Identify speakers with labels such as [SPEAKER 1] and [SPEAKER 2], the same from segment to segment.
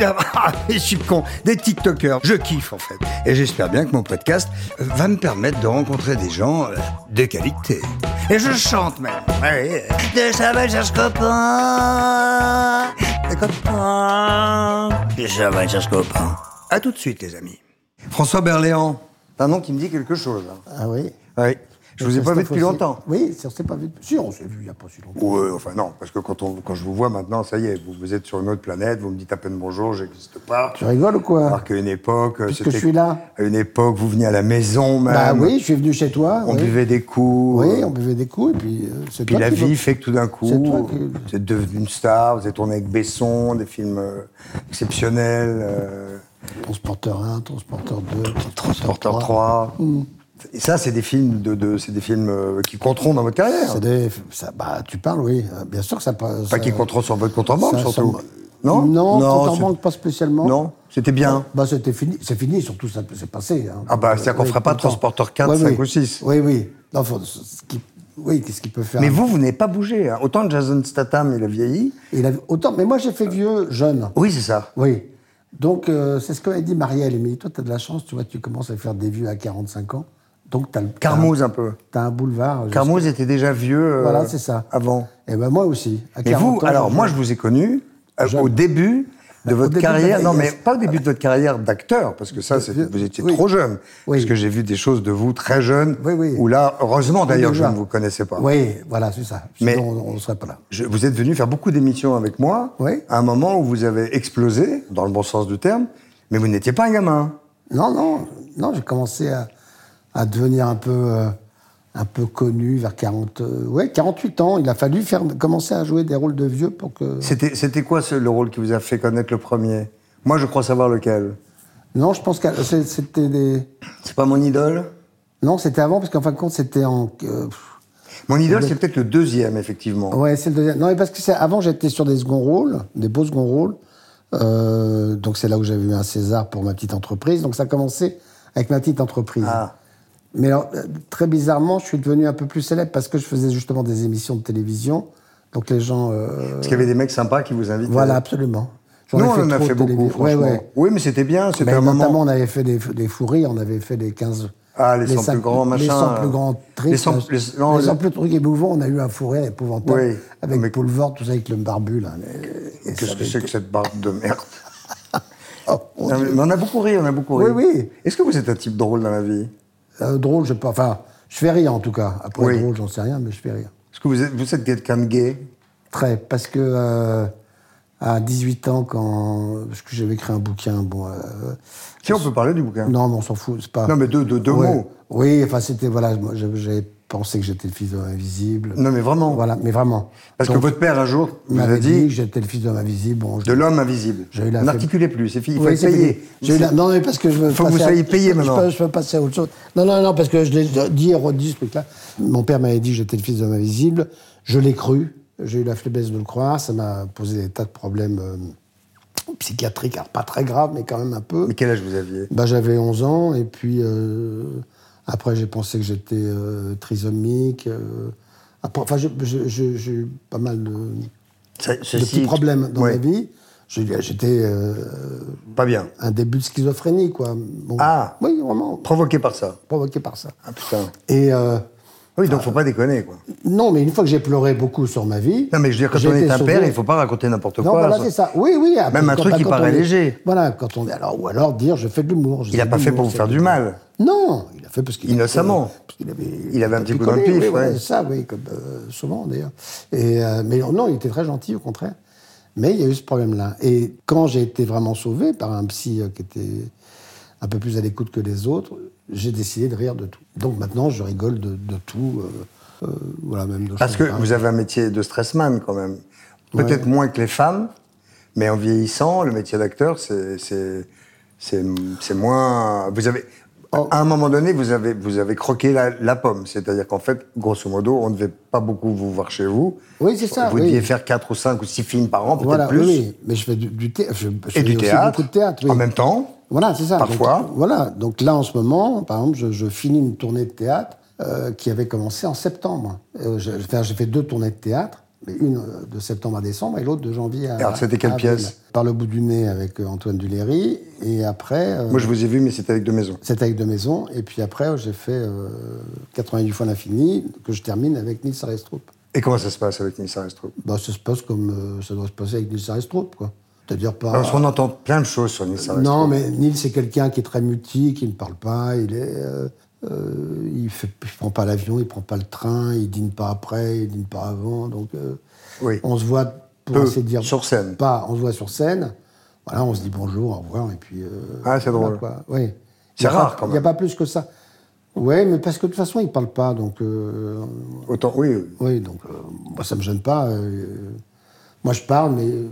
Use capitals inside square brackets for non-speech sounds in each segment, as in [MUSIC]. [SPEAKER 1] [LAUGHS] Ah, je suis con. Des TikTokers. Je kiffe, en fait. Et j'espère bien que mon podcast euh, va me permettre de rencontrer des gens euh, de qualité. Et je chante, même. Ouais. De Chavannes cherche copain. Des copains. De Chavannes cherche copain. À tout de suite, les amis. François Berléand. C'est un nom qui me dit quelque chose. hein.
[SPEAKER 2] Ah oui
[SPEAKER 1] Oui. Je vous ai pas vu
[SPEAKER 2] Christophe
[SPEAKER 1] depuis
[SPEAKER 2] aussi.
[SPEAKER 1] longtemps. Oh.
[SPEAKER 2] Oui, ça, on s'est pas vu depuis... Si, on s'est vu il n'y a pas si longtemps.
[SPEAKER 1] Ouais, enfin non, parce que quand, on, quand je vous vois maintenant, ça y est, vous, vous êtes sur une autre planète, vous me dites à peine bonjour, j'existe pas.
[SPEAKER 2] Tu rigoles ou
[SPEAKER 1] Alors
[SPEAKER 2] quoi
[SPEAKER 1] qu'à une époque,
[SPEAKER 2] Ah. Puisque
[SPEAKER 1] c'était-
[SPEAKER 2] je suis là.
[SPEAKER 1] À une époque, vous veniez à la maison même.
[SPEAKER 2] Bah oui, je suis venu chez toi.
[SPEAKER 1] euh, On
[SPEAKER 2] oui.
[SPEAKER 1] buvait des coups.
[SPEAKER 2] Oui, on buvait des coups, et puis euh, c'est
[SPEAKER 1] Puis
[SPEAKER 2] toi
[SPEAKER 1] la
[SPEAKER 2] qui
[SPEAKER 1] vie
[SPEAKER 2] m'as-
[SPEAKER 1] fait que tout d'un coup,
[SPEAKER 2] C'est toi qui-
[SPEAKER 1] vous êtes devenu une star, vous êtes tourné avec Besson, des films euh, exceptionnels, euh,
[SPEAKER 2] Transporteur 1, Transporteur 2, Transporteur
[SPEAKER 1] Porteur 3.
[SPEAKER 2] Mm.
[SPEAKER 1] Et ça, c'est des films, de, de- c'est des films euh, qui compteront dans votre carrière.
[SPEAKER 2] C'est des- ça- bah, tu parles, oui. Euh, Bien sûr que ça passe.
[SPEAKER 1] Pas qui compteront sur votre compte en banque,
[SPEAKER 2] ça- ça
[SPEAKER 1] surtout.
[SPEAKER 2] me- Non, compte en
[SPEAKER 1] c'est-
[SPEAKER 2] banque, pas spécialement.
[SPEAKER 1] Non, c'était bien.
[SPEAKER 2] Bah, c'était fini, c'est fini, surtout, ça c'est passé. hein.
[SPEAKER 1] Ah bah, c'est-à-dire qu'on
[SPEAKER 2] Oui,
[SPEAKER 1] fera pas
[SPEAKER 2] tout le temps.
[SPEAKER 1] Transporteur 4,
[SPEAKER 2] Ouais,
[SPEAKER 1] 5
[SPEAKER 2] oui.
[SPEAKER 1] ou 6.
[SPEAKER 2] Oui, oui. Non, faut- ce- ce qui- oui, qu'est-ce qu'il peut faire
[SPEAKER 1] Mais vous, vous n'avez pas bougé. hein. Autant Jason Statham, il a vieilli.
[SPEAKER 2] Il avait- autant, mais moi j'ai
[SPEAKER 1] Euh.
[SPEAKER 2] fait vieux, jeune.
[SPEAKER 1] Oui, c'est ça.
[SPEAKER 2] Oui. Donc, euh, c'est ce qu'avait dit Marielle. Elle m'a dit, toi, t'as de la chance, tu vois, tu commences à faire des vieux à 45 ans. Donc, t'as le...
[SPEAKER 1] Carmouze
[SPEAKER 2] t'as
[SPEAKER 1] un peu.
[SPEAKER 2] T'as un boulevard. jusqu'à-
[SPEAKER 1] Carmouze était déjà vieux euh,
[SPEAKER 2] Voilà, c'est ça.
[SPEAKER 1] avant.
[SPEAKER 2] Et ben moi aussi. À
[SPEAKER 1] Mais vous,
[SPEAKER 2] 40 ans,
[SPEAKER 1] alors moi, je vous ai connu euh, au début de
[SPEAKER 2] Au
[SPEAKER 1] votre
[SPEAKER 2] début de la
[SPEAKER 1] carrière. non, mais
[SPEAKER 2] vieillesse.
[SPEAKER 1] pas au début de votre carrière d'acteur, parce que ça, c'est-
[SPEAKER 2] de-
[SPEAKER 1] vous étiez
[SPEAKER 2] oui.
[SPEAKER 1] trop jeune.
[SPEAKER 2] Oui.
[SPEAKER 1] Parce que j'ai vu des choses de vous très jeune.
[SPEAKER 2] Oui, oui.
[SPEAKER 1] Où là, heureusement d'ailleurs, je
[SPEAKER 2] Déjà.
[SPEAKER 1] ne vous connaissais pas.
[SPEAKER 2] Oui, voilà, c'est ça.
[SPEAKER 1] Mais-
[SPEAKER 2] Sinon, on ne serait pas là.
[SPEAKER 1] Je- vous êtes venu faire beaucoup d'émissions avec moi,
[SPEAKER 2] Oui.
[SPEAKER 1] à un moment où vous avez explosé, dans le bon sens du terme, mais vous n'étiez pas un gamin.
[SPEAKER 2] Non, non, non, j'ai commencé à, à devenir un peu, euh, un peu connu vers 40, euh, ouais, 48 ans. Il a fallu faire, commencer à jouer des rôles de vieux pour que.
[SPEAKER 1] C'était c'était quoi ce- le rôle qui vous a fait connaître le premier Moi, je crois savoir lequel.
[SPEAKER 2] Non, je pense que c'est- c'était des.
[SPEAKER 1] C'est pas mon idole
[SPEAKER 2] Non, c'était avant, parce qu'en fin de compte, c'était en. euh,
[SPEAKER 1] Mon idole, c'est peut-être le deuxième, effectivement.
[SPEAKER 2] Ouais, c'est le deuxième. Non, mais parce que c'est- avant, j'étais sur des seconds rôles, des beaux seconds rôles. Euh, donc, c'est là où j'avais eu un César pour ma petite entreprise. Donc, ça a commencé avec ma petite entreprise.
[SPEAKER 1] Ah.
[SPEAKER 2] Mais alors, euh, très bizarrement, je suis devenu un peu plus célèbre parce que je faisais justement des émissions de télévision. Donc, les gens. euh,
[SPEAKER 1] Parce qu'il y avait des mecs sympas qui vous invitaient.
[SPEAKER 2] voilà, absolument. J'en
[SPEAKER 1] Nous,
[SPEAKER 2] ai
[SPEAKER 1] on en a
[SPEAKER 2] trop
[SPEAKER 1] fait
[SPEAKER 2] de
[SPEAKER 1] beaucoup,
[SPEAKER 2] télévision.
[SPEAKER 1] franchement.
[SPEAKER 2] Ouais, ouais.
[SPEAKER 1] Oui, mais c'était bien, c'était
[SPEAKER 2] Ben,
[SPEAKER 1] un
[SPEAKER 2] notamment,
[SPEAKER 1] moment...
[SPEAKER 2] on avait fait des, des fous rires, on avait fait les 15.
[SPEAKER 1] Ah, les 100
[SPEAKER 2] cinq-
[SPEAKER 1] plus grands,
[SPEAKER 2] Les
[SPEAKER 1] machin. euh,
[SPEAKER 2] 100 plus grands tristes.
[SPEAKER 1] Les 100
[SPEAKER 2] là.
[SPEAKER 1] plus- non,
[SPEAKER 2] les
[SPEAKER 1] le-
[SPEAKER 2] 100 plus trucs émouvants, on a eu un fou rire épouvantable.
[SPEAKER 1] Oui.
[SPEAKER 2] Avec
[SPEAKER 1] Mais-
[SPEAKER 2] Paul Vort, tout ça, avec le barbu, là. Et ça
[SPEAKER 1] Qu'est-ce que
[SPEAKER 2] avait
[SPEAKER 1] c'est que cette barbe de
[SPEAKER 2] [LAUGHS]
[SPEAKER 1] merde
[SPEAKER 2] Oh, mon
[SPEAKER 1] Ah, Non, mais
[SPEAKER 2] Dieu.
[SPEAKER 1] mais on a beaucoup ri, on a beaucoup
[SPEAKER 2] Oui,
[SPEAKER 1] ri.
[SPEAKER 2] oui.
[SPEAKER 1] Est-ce que vous êtes un type drôle dans la vie
[SPEAKER 2] Euh, drôle, je sais pas. Enfin, je fais rire en tout cas. Après,
[SPEAKER 1] Oui.
[SPEAKER 2] drôle, j'en sais rien, mais je fais rire.
[SPEAKER 1] Est-ce que vous êtes, vous êtes quelqu'un de gay
[SPEAKER 2] Très. Parce que euh, à 18 ans, quand parce que j'avais écrit un bouquin, bon. euh,
[SPEAKER 1] Si, on peut parler du bouquin.
[SPEAKER 2] non, mais on s'en fout, c'est pas.
[SPEAKER 1] Ah. Non, mais deux- deux- deux
[SPEAKER 2] Ouais.
[SPEAKER 1] mots.
[SPEAKER 2] Oui, enfin, c'était. Voilà, moi, j'avais j'avais pensé que j'étais le fils de l'invisible.
[SPEAKER 1] Non, mais vraiment.
[SPEAKER 2] Voilà, mais vraiment.
[SPEAKER 1] Parce
[SPEAKER 2] Donc,
[SPEAKER 1] que votre père, un jour,
[SPEAKER 2] il
[SPEAKER 1] vous a
[SPEAKER 2] m'avait
[SPEAKER 1] dit
[SPEAKER 2] dit, que j'étais le fils de l'invisible. Bon, je-
[SPEAKER 1] de l'homme invisible.
[SPEAKER 2] J'ai eu la faible-
[SPEAKER 1] N'articulez plus, c'est fini, il faut
[SPEAKER 2] Oui,
[SPEAKER 1] être
[SPEAKER 2] c'est
[SPEAKER 1] payé.
[SPEAKER 2] fini. J'ai eu la- Non, mais parce que je veux.
[SPEAKER 1] Faut que
[SPEAKER 2] passer
[SPEAKER 1] vous
[SPEAKER 2] à-
[SPEAKER 1] soyez payé
[SPEAKER 2] je peux-
[SPEAKER 1] maintenant.
[SPEAKER 2] Je peux passer à autre chose. Non, non, non, parce que je l'ai dit et redit ce truc-là. Mon père m'avait dit que j'étais le fils de ma visible. Je l'ai cru. J'ai eu la faiblesse de le croire. Ça m'a posé des tas de problèmes euh, psychiatriques. Alors, pas très graves, mais quand même un peu.
[SPEAKER 1] Mais quel âge vous aviez
[SPEAKER 2] Bah, J'avais 11 ans, et puis euh, après, j'ai pensé que j'étais euh, trisomique. euh, après, enfin, je- je- je- j'ai eu pas mal de,
[SPEAKER 1] Ça-
[SPEAKER 2] de
[SPEAKER 1] ceci-
[SPEAKER 2] petits problèmes dans
[SPEAKER 1] Ouais,
[SPEAKER 2] ma vie. J'ai- J'étais. euh,
[SPEAKER 1] Pas bien.
[SPEAKER 2] un début de schizophrénie, quoi. Bon.
[SPEAKER 1] Ah.
[SPEAKER 2] Oui, vraiment,
[SPEAKER 1] Provoqué par ça.
[SPEAKER 2] provoqué par ça.
[SPEAKER 1] Ah putain.
[SPEAKER 2] Et euh,
[SPEAKER 1] Oui, donc faut pas déconner, quoi.
[SPEAKER 2] non, mais une fois que j'ai pleuré beaucoup sur ma vie...
[SPEAKER 1] Non, mais je veux dire, quand
[SPEAKER 2] j'ai
[SPEAKER 1] on est
[SPEAKER 2] été
[SPEAKER 1] un
[SPEAKER 2] sauvé.
[SPEAKER 1] père, il faut pas raconter n'importe quoi.
[SPEAKER 2] Non, voilà,
[SPEAKER 1] Ça-
[SPEAKER 2] c'est ça. Oui, oui. après,
[SPEAKER 1] Même un
[SPEAKER 2] quand-
[SPEAKER 1] truc qui
[SPEAKER 2] quand on
[SPEAKER 1] paraît
[SPEAKER 2] est-
[SPEAKER 1] léger.
[SPEAKER 2] Voilà, quand on est... Alors, ou alors dire, je fais de l'humour. je
[SPEAKER 1] Il a
[SPEAKER 2] fais
[SPEAKER 1] pas
[SPEAKER 2] de
[SPEAKER 1] fait
[SPEAKER 2] l'humour,
[SPEAKER 1] pour vous
[SPEAKER 2] je
[SPEAKER 1] faire
[SPEAKER 2] fais
[SPEAKER 1] du
[SPEAKER 2] de l'humour.
[SPEAKER 1] mal.
[SPEAKER 2] Non, il a fait parce qu'il...
[SPEAKER 1] Innocemment.
[SPEAKER 2] parce qu'il avait...
[SPEAKER 1] Il avait un petit coup
[SPEAKER 2] picolé,
[SPEAKER 1] dans le pif,
[SPEAKER 2] oui, voilà,
[SPEAKER 1] ouais.
[SPEAKER 2] ça, oui, comme euh, souvent, d'ailleurs. Et, euh, mais non, il était très gentil, au contraire. Mais il y a eu ce problème-là. Et quand j'ai été vraiment sauvé par un psy euh, qui était un peu plus à l'écoute que les autres, j'ai décidé de rire de tout. Donc maintenant, je rigole de, de tout. euh, euh, voilà, même de
[SPEAKER 1] Parce
[SPEAKER 2] choses
[SPEAKER 1] que
[SPEAKER 2] graves.
[SPEAKER 1] vous avez un métier de stressman quand même. Peut-être moins que les femmes, mais en vieillissant, le métier d'acteur, c'est- c'est c'est- c'est moins. Vous avez.
[SPEAKER 2] Oh.
[SPEAKER 1] À un moment donné, vous avez, vous avez croqué la, la pomme. C'est-à-dire qu'en fait, grosso modo, on ne devait pas beaucoup vous voir chez vous.
[SPEAKER 2] Oui, c'est ça,
[SPEAKER 1] Vous
[SPEAKER 2] oui.
[SPEAKER 1] deviez faire 4 ou 5 ou 6 films par an, peut-être
[SPEAKER 2] Voilà,
[SPEAKER 1] plus.
[SPEAKER 2] oui, oui. Mais je fais du, du thé- je- je fais
[SPEAKER 1] Et du
[SPEAKER 2] aussi
[SPEAKER 1] théâtre. Ah,
[SPEAKER 2] beaucoup de théâtre. oui.
[SPEAKER 1] En même temps.
[SPEAKER 2] Voilà, c'est ça.
[SPEAKER 1] Parfois.
[SPEAKER 2] Donc, voilà. Donc là, en ce moment, par exemple, je, je finis une tournée de théâtre euh, qui avait commencé en septembre. Euh, je- enfin, J'ai fait deux tournées de théâtre, mais une euh, de septembre à décembre et l'autre de janvier à.
[SPEAKER 1] Et alors, c'était quelle
[SPEAKER 2] à avril.
[SPEAKER 1] pièce
[SPEAKER 2] Par le bout du nez avec euh, Antoine Duléry. Et après. euh,
[SPEAKER 1] Moi, je vous ai vu, mais c'était avec deux maisons.
[SPEAKER 2] c'était avec deux maisons. Et puis après, euh, j'ai fait euh, 88 fois l'infini, que je termine avec Nils Arestrup.
[SPEAKER 1] Et comment ça se passe avec Nils Arestrup
[SPEAKER 2] Bah, ça se passe comme euh, ça doit se passer avec Nils Arestrup, quoi. C'est-à-dire pas.
[SPEAKER 1] Parce qu'on entend plein de choses sur Nils Arestrup.
[SPEAKER 2] Ah. Non, mais Neil, c'est quelqu'un qui est très mutique, qui ne parle pas, il est. euh, euh, il ne prend pas l'avion, il prend pas le train, il dîne pas après, il dîne pas avant. Donc, euh,
[SPEAKER 1] Oui.
[SPEAKER 2] on se voit pour
[SPEAKER 1] Peu,
[SPEAKER 2] essayer de dire.
[SPEAKER 1] sur scène.
[SPEAKER 2] Pas, on se voit sur scène. Voilà, on se dit bonjour, au revoir, et puis. euh,
[SPEAKER 1] Ah, c'est
[SPEAKER 2] voilà,
[SPEAKER 1] drôle.
[SPEAKER 2] quoi. Oui.
[SPEAKER 1] C'est
[SPEAKER 2] Y a pas-
[SPEAKER 1] rare, quand même.
[SPEAKER 2] Il n'y a pas plus que ça. Oui, mais parce que de toute façon, il ne parle pas, donc. euh,
[SPEAKER 1] Autant, oui.
[SPEAKER 2] oui, donc euh, moi, ça me gêne pas. euh, moi, je parle, mais euh,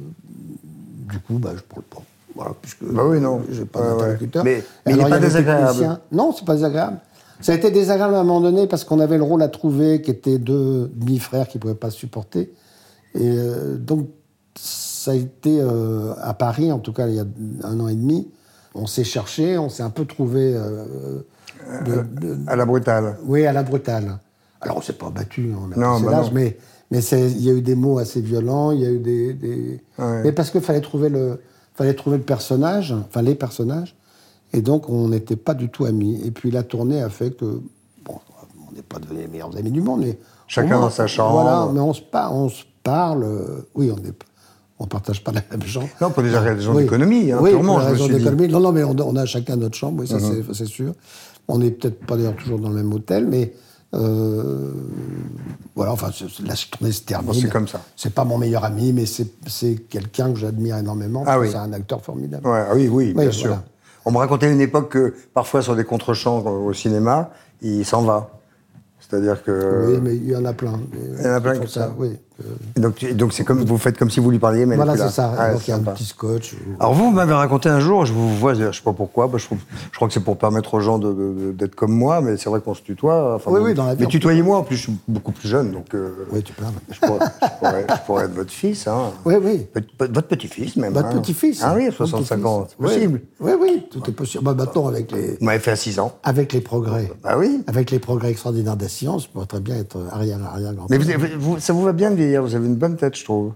[SPEAKER 2] du coup, bah, je parle pas. Voilà, puisque
[SPEAKER 1] Bah oui, non.
[SPEAKER 2] j'ai pas
[SPEAKER 1] Ouais, ouais.
[SPEAKER 2] d'interlocuteur.
[SPEAKER 1] Mais-
[SPEAKER 2] Et
[SPEAKER 1] mais il
[SPEAKER 2] alors,
[SPEAKER 1] est pas
[SPEAKER 2] y a des
[SPEAKER 1] désagréable.
[SPEAKER 2] techniciens. Non, c'est pas désagréable. Ça a été désagréable à un moment donné parce qu'on avait le rôle à trouver qui était deux demi-frères qui ne pouvaient pas se supporter. Et euh, donc, ça a été euh, à Paris, en tout cas, il y a un an et demi. On s'est cherché, on s'est un peu trouvé. euh, de- de-
[SPEAKER 1] À la brutale.
[SPEAKER 2] oui, à la brutale. Alors, on s'est pas battu, on a
[SPEAKER 1] Non,
[SPEAKER 2] passé
[SPEAKER 1] bah
[SPEAKER 2] l'âge,
[SPEAKER 1] non.
[SPEAKER 2] mais mais c'est- il y a eu des mots assez violents, il y a eu des, des-
[SPEAKER 1] Ouais.
[SPEAKER 2] mais parce que fallait trouver le fallait trouver le personnage, enfin les personnages, et donc on n'était pas du tout amis. Et puis la tournée a fait que bon, on n'est pas devenus les meilleurs amis du monde, mais
[SPEAKER 1] Chacun
[SPEAKER 2] au moins,
[SPEAKER 1] dans sa chambre.
[SPEAKER 2] Voilà, mais on se parle, on se parle. euh, oui, on ne on partage pas la même chambre.
[SPEAKER 1] Non, pour des raisons
[SPEAKER 2] Oui.
[SPEAKER 1] d'économie, hein,
[SPEAKER 2] oui,
[SPEAKER 1] purement,
[SPEAKER 2] pour des
[SPEAKER 1] je me
[SPEAKER 2] raisons
[SPEAKER 1] suis dit. Mhm.
[SPEAKER 2] d'économie. Non, non, mais on, on a chacun notre chambre, oui, ça c'est- c'est sûr. On n'est peut-être pas d'ailleurs toujours dans le même hôtel, mais euh, voilà, enfin, c'est- c'est- la tournée se termine.
[SPEAKER 1] Bon, c'est comme ça.
[SPEAKER 2] C'est pas mon meilleur ami, mais c'est c'est quelqu'un que j'admire énormément.
[SPEAKER 1] Ah
[SPEAKER 2] parce que
[SPEAKER 1] oui.
[SPEAKER 2] C'est un acteur formidable.
[SPEAKER 1] Ouais, ah oui, oui, bien
[SPEAKER 2] voilà.
[SPEAKER 1] sûr. On me racontait une époque que parfois sur des contre-champs euh, au cinéma, il s'en va. C'est-à-dire que.
[SPEAKER 2] Oui, mais il y en a plein. Il
[SPEAKER 1] y en a plein comme ça.
[SPEAKER 2] Oui. Euh,
[SPEAKER 1] Et Donc, tu- donc c'est comme vous faites comme si vous lui parliez, mais elle est
[SPEAKER 2] voilà,
[SPEAKER 1] plus là.
[SPEAKER 2] c'est ça.
[SPEAKER 1] Ah,
[SPEAKER 2] Donc il y a un
[SPEAKER 1] sympa.
[SPEAKER 2] petit scotch. ou-
[SPEAKER 1] Alors vous, vous m'avez raconté un jour, je vous vois, je sais pas pourquoi, bah, je, trouve- je crois que c'est pour permettre aux gens de- de- de- d'être comme moi, mais c'est vrai qu'on se tutoie. Enfin,
[SPEAKER 2] Oui,
[SPEAKER 1] bon,
[SPEAKER 2] oui, dans la vie,
[SPEAKER 1] mais
[SPEAKER 2] on-
[SPEAKER 1] tutoyez-moi, en plus je suis beaucoup plus jeune, donc euh,
[SPEAKER 2] Oui, tu parles.
[SPEAKER 1] je, pourrais, je pourrais- je pourrais être votre fils. Hein.
[SPEAKER 2] Oui, oui.
[SPEAKER 1] Pe- pe- Votre petit-fils même.
[SPEAKER 2] Votre
[SPEAKER 1] hein.
[SPEAKER 2] petit-fils.
[SPEAKER 1] Ah oui,
[SPEAKER 2] Votre
[SPEAKER 1] 65
[SPEAKER 2] petit-fils.
[SPEAKER 1] ans, c'est possible.
[SPEAKER 2] Oui, oui, oui, tout est possible. Bah, maintenant, avec les,
[SPEAKER 1] Vous m'avez fait à 6 ans.
[SPEAKER 2] avec les progrès.
[SPEAKER 1] Bah oui.
[SPEAKER 2] Avec les progrès extraordinaires de la science, on pourrait très bien être arrière arrière grand
[SPEAKER 1] Mais vous- vous- ça vous va bien de vieillir, vous avez une bonne tête, je trouve.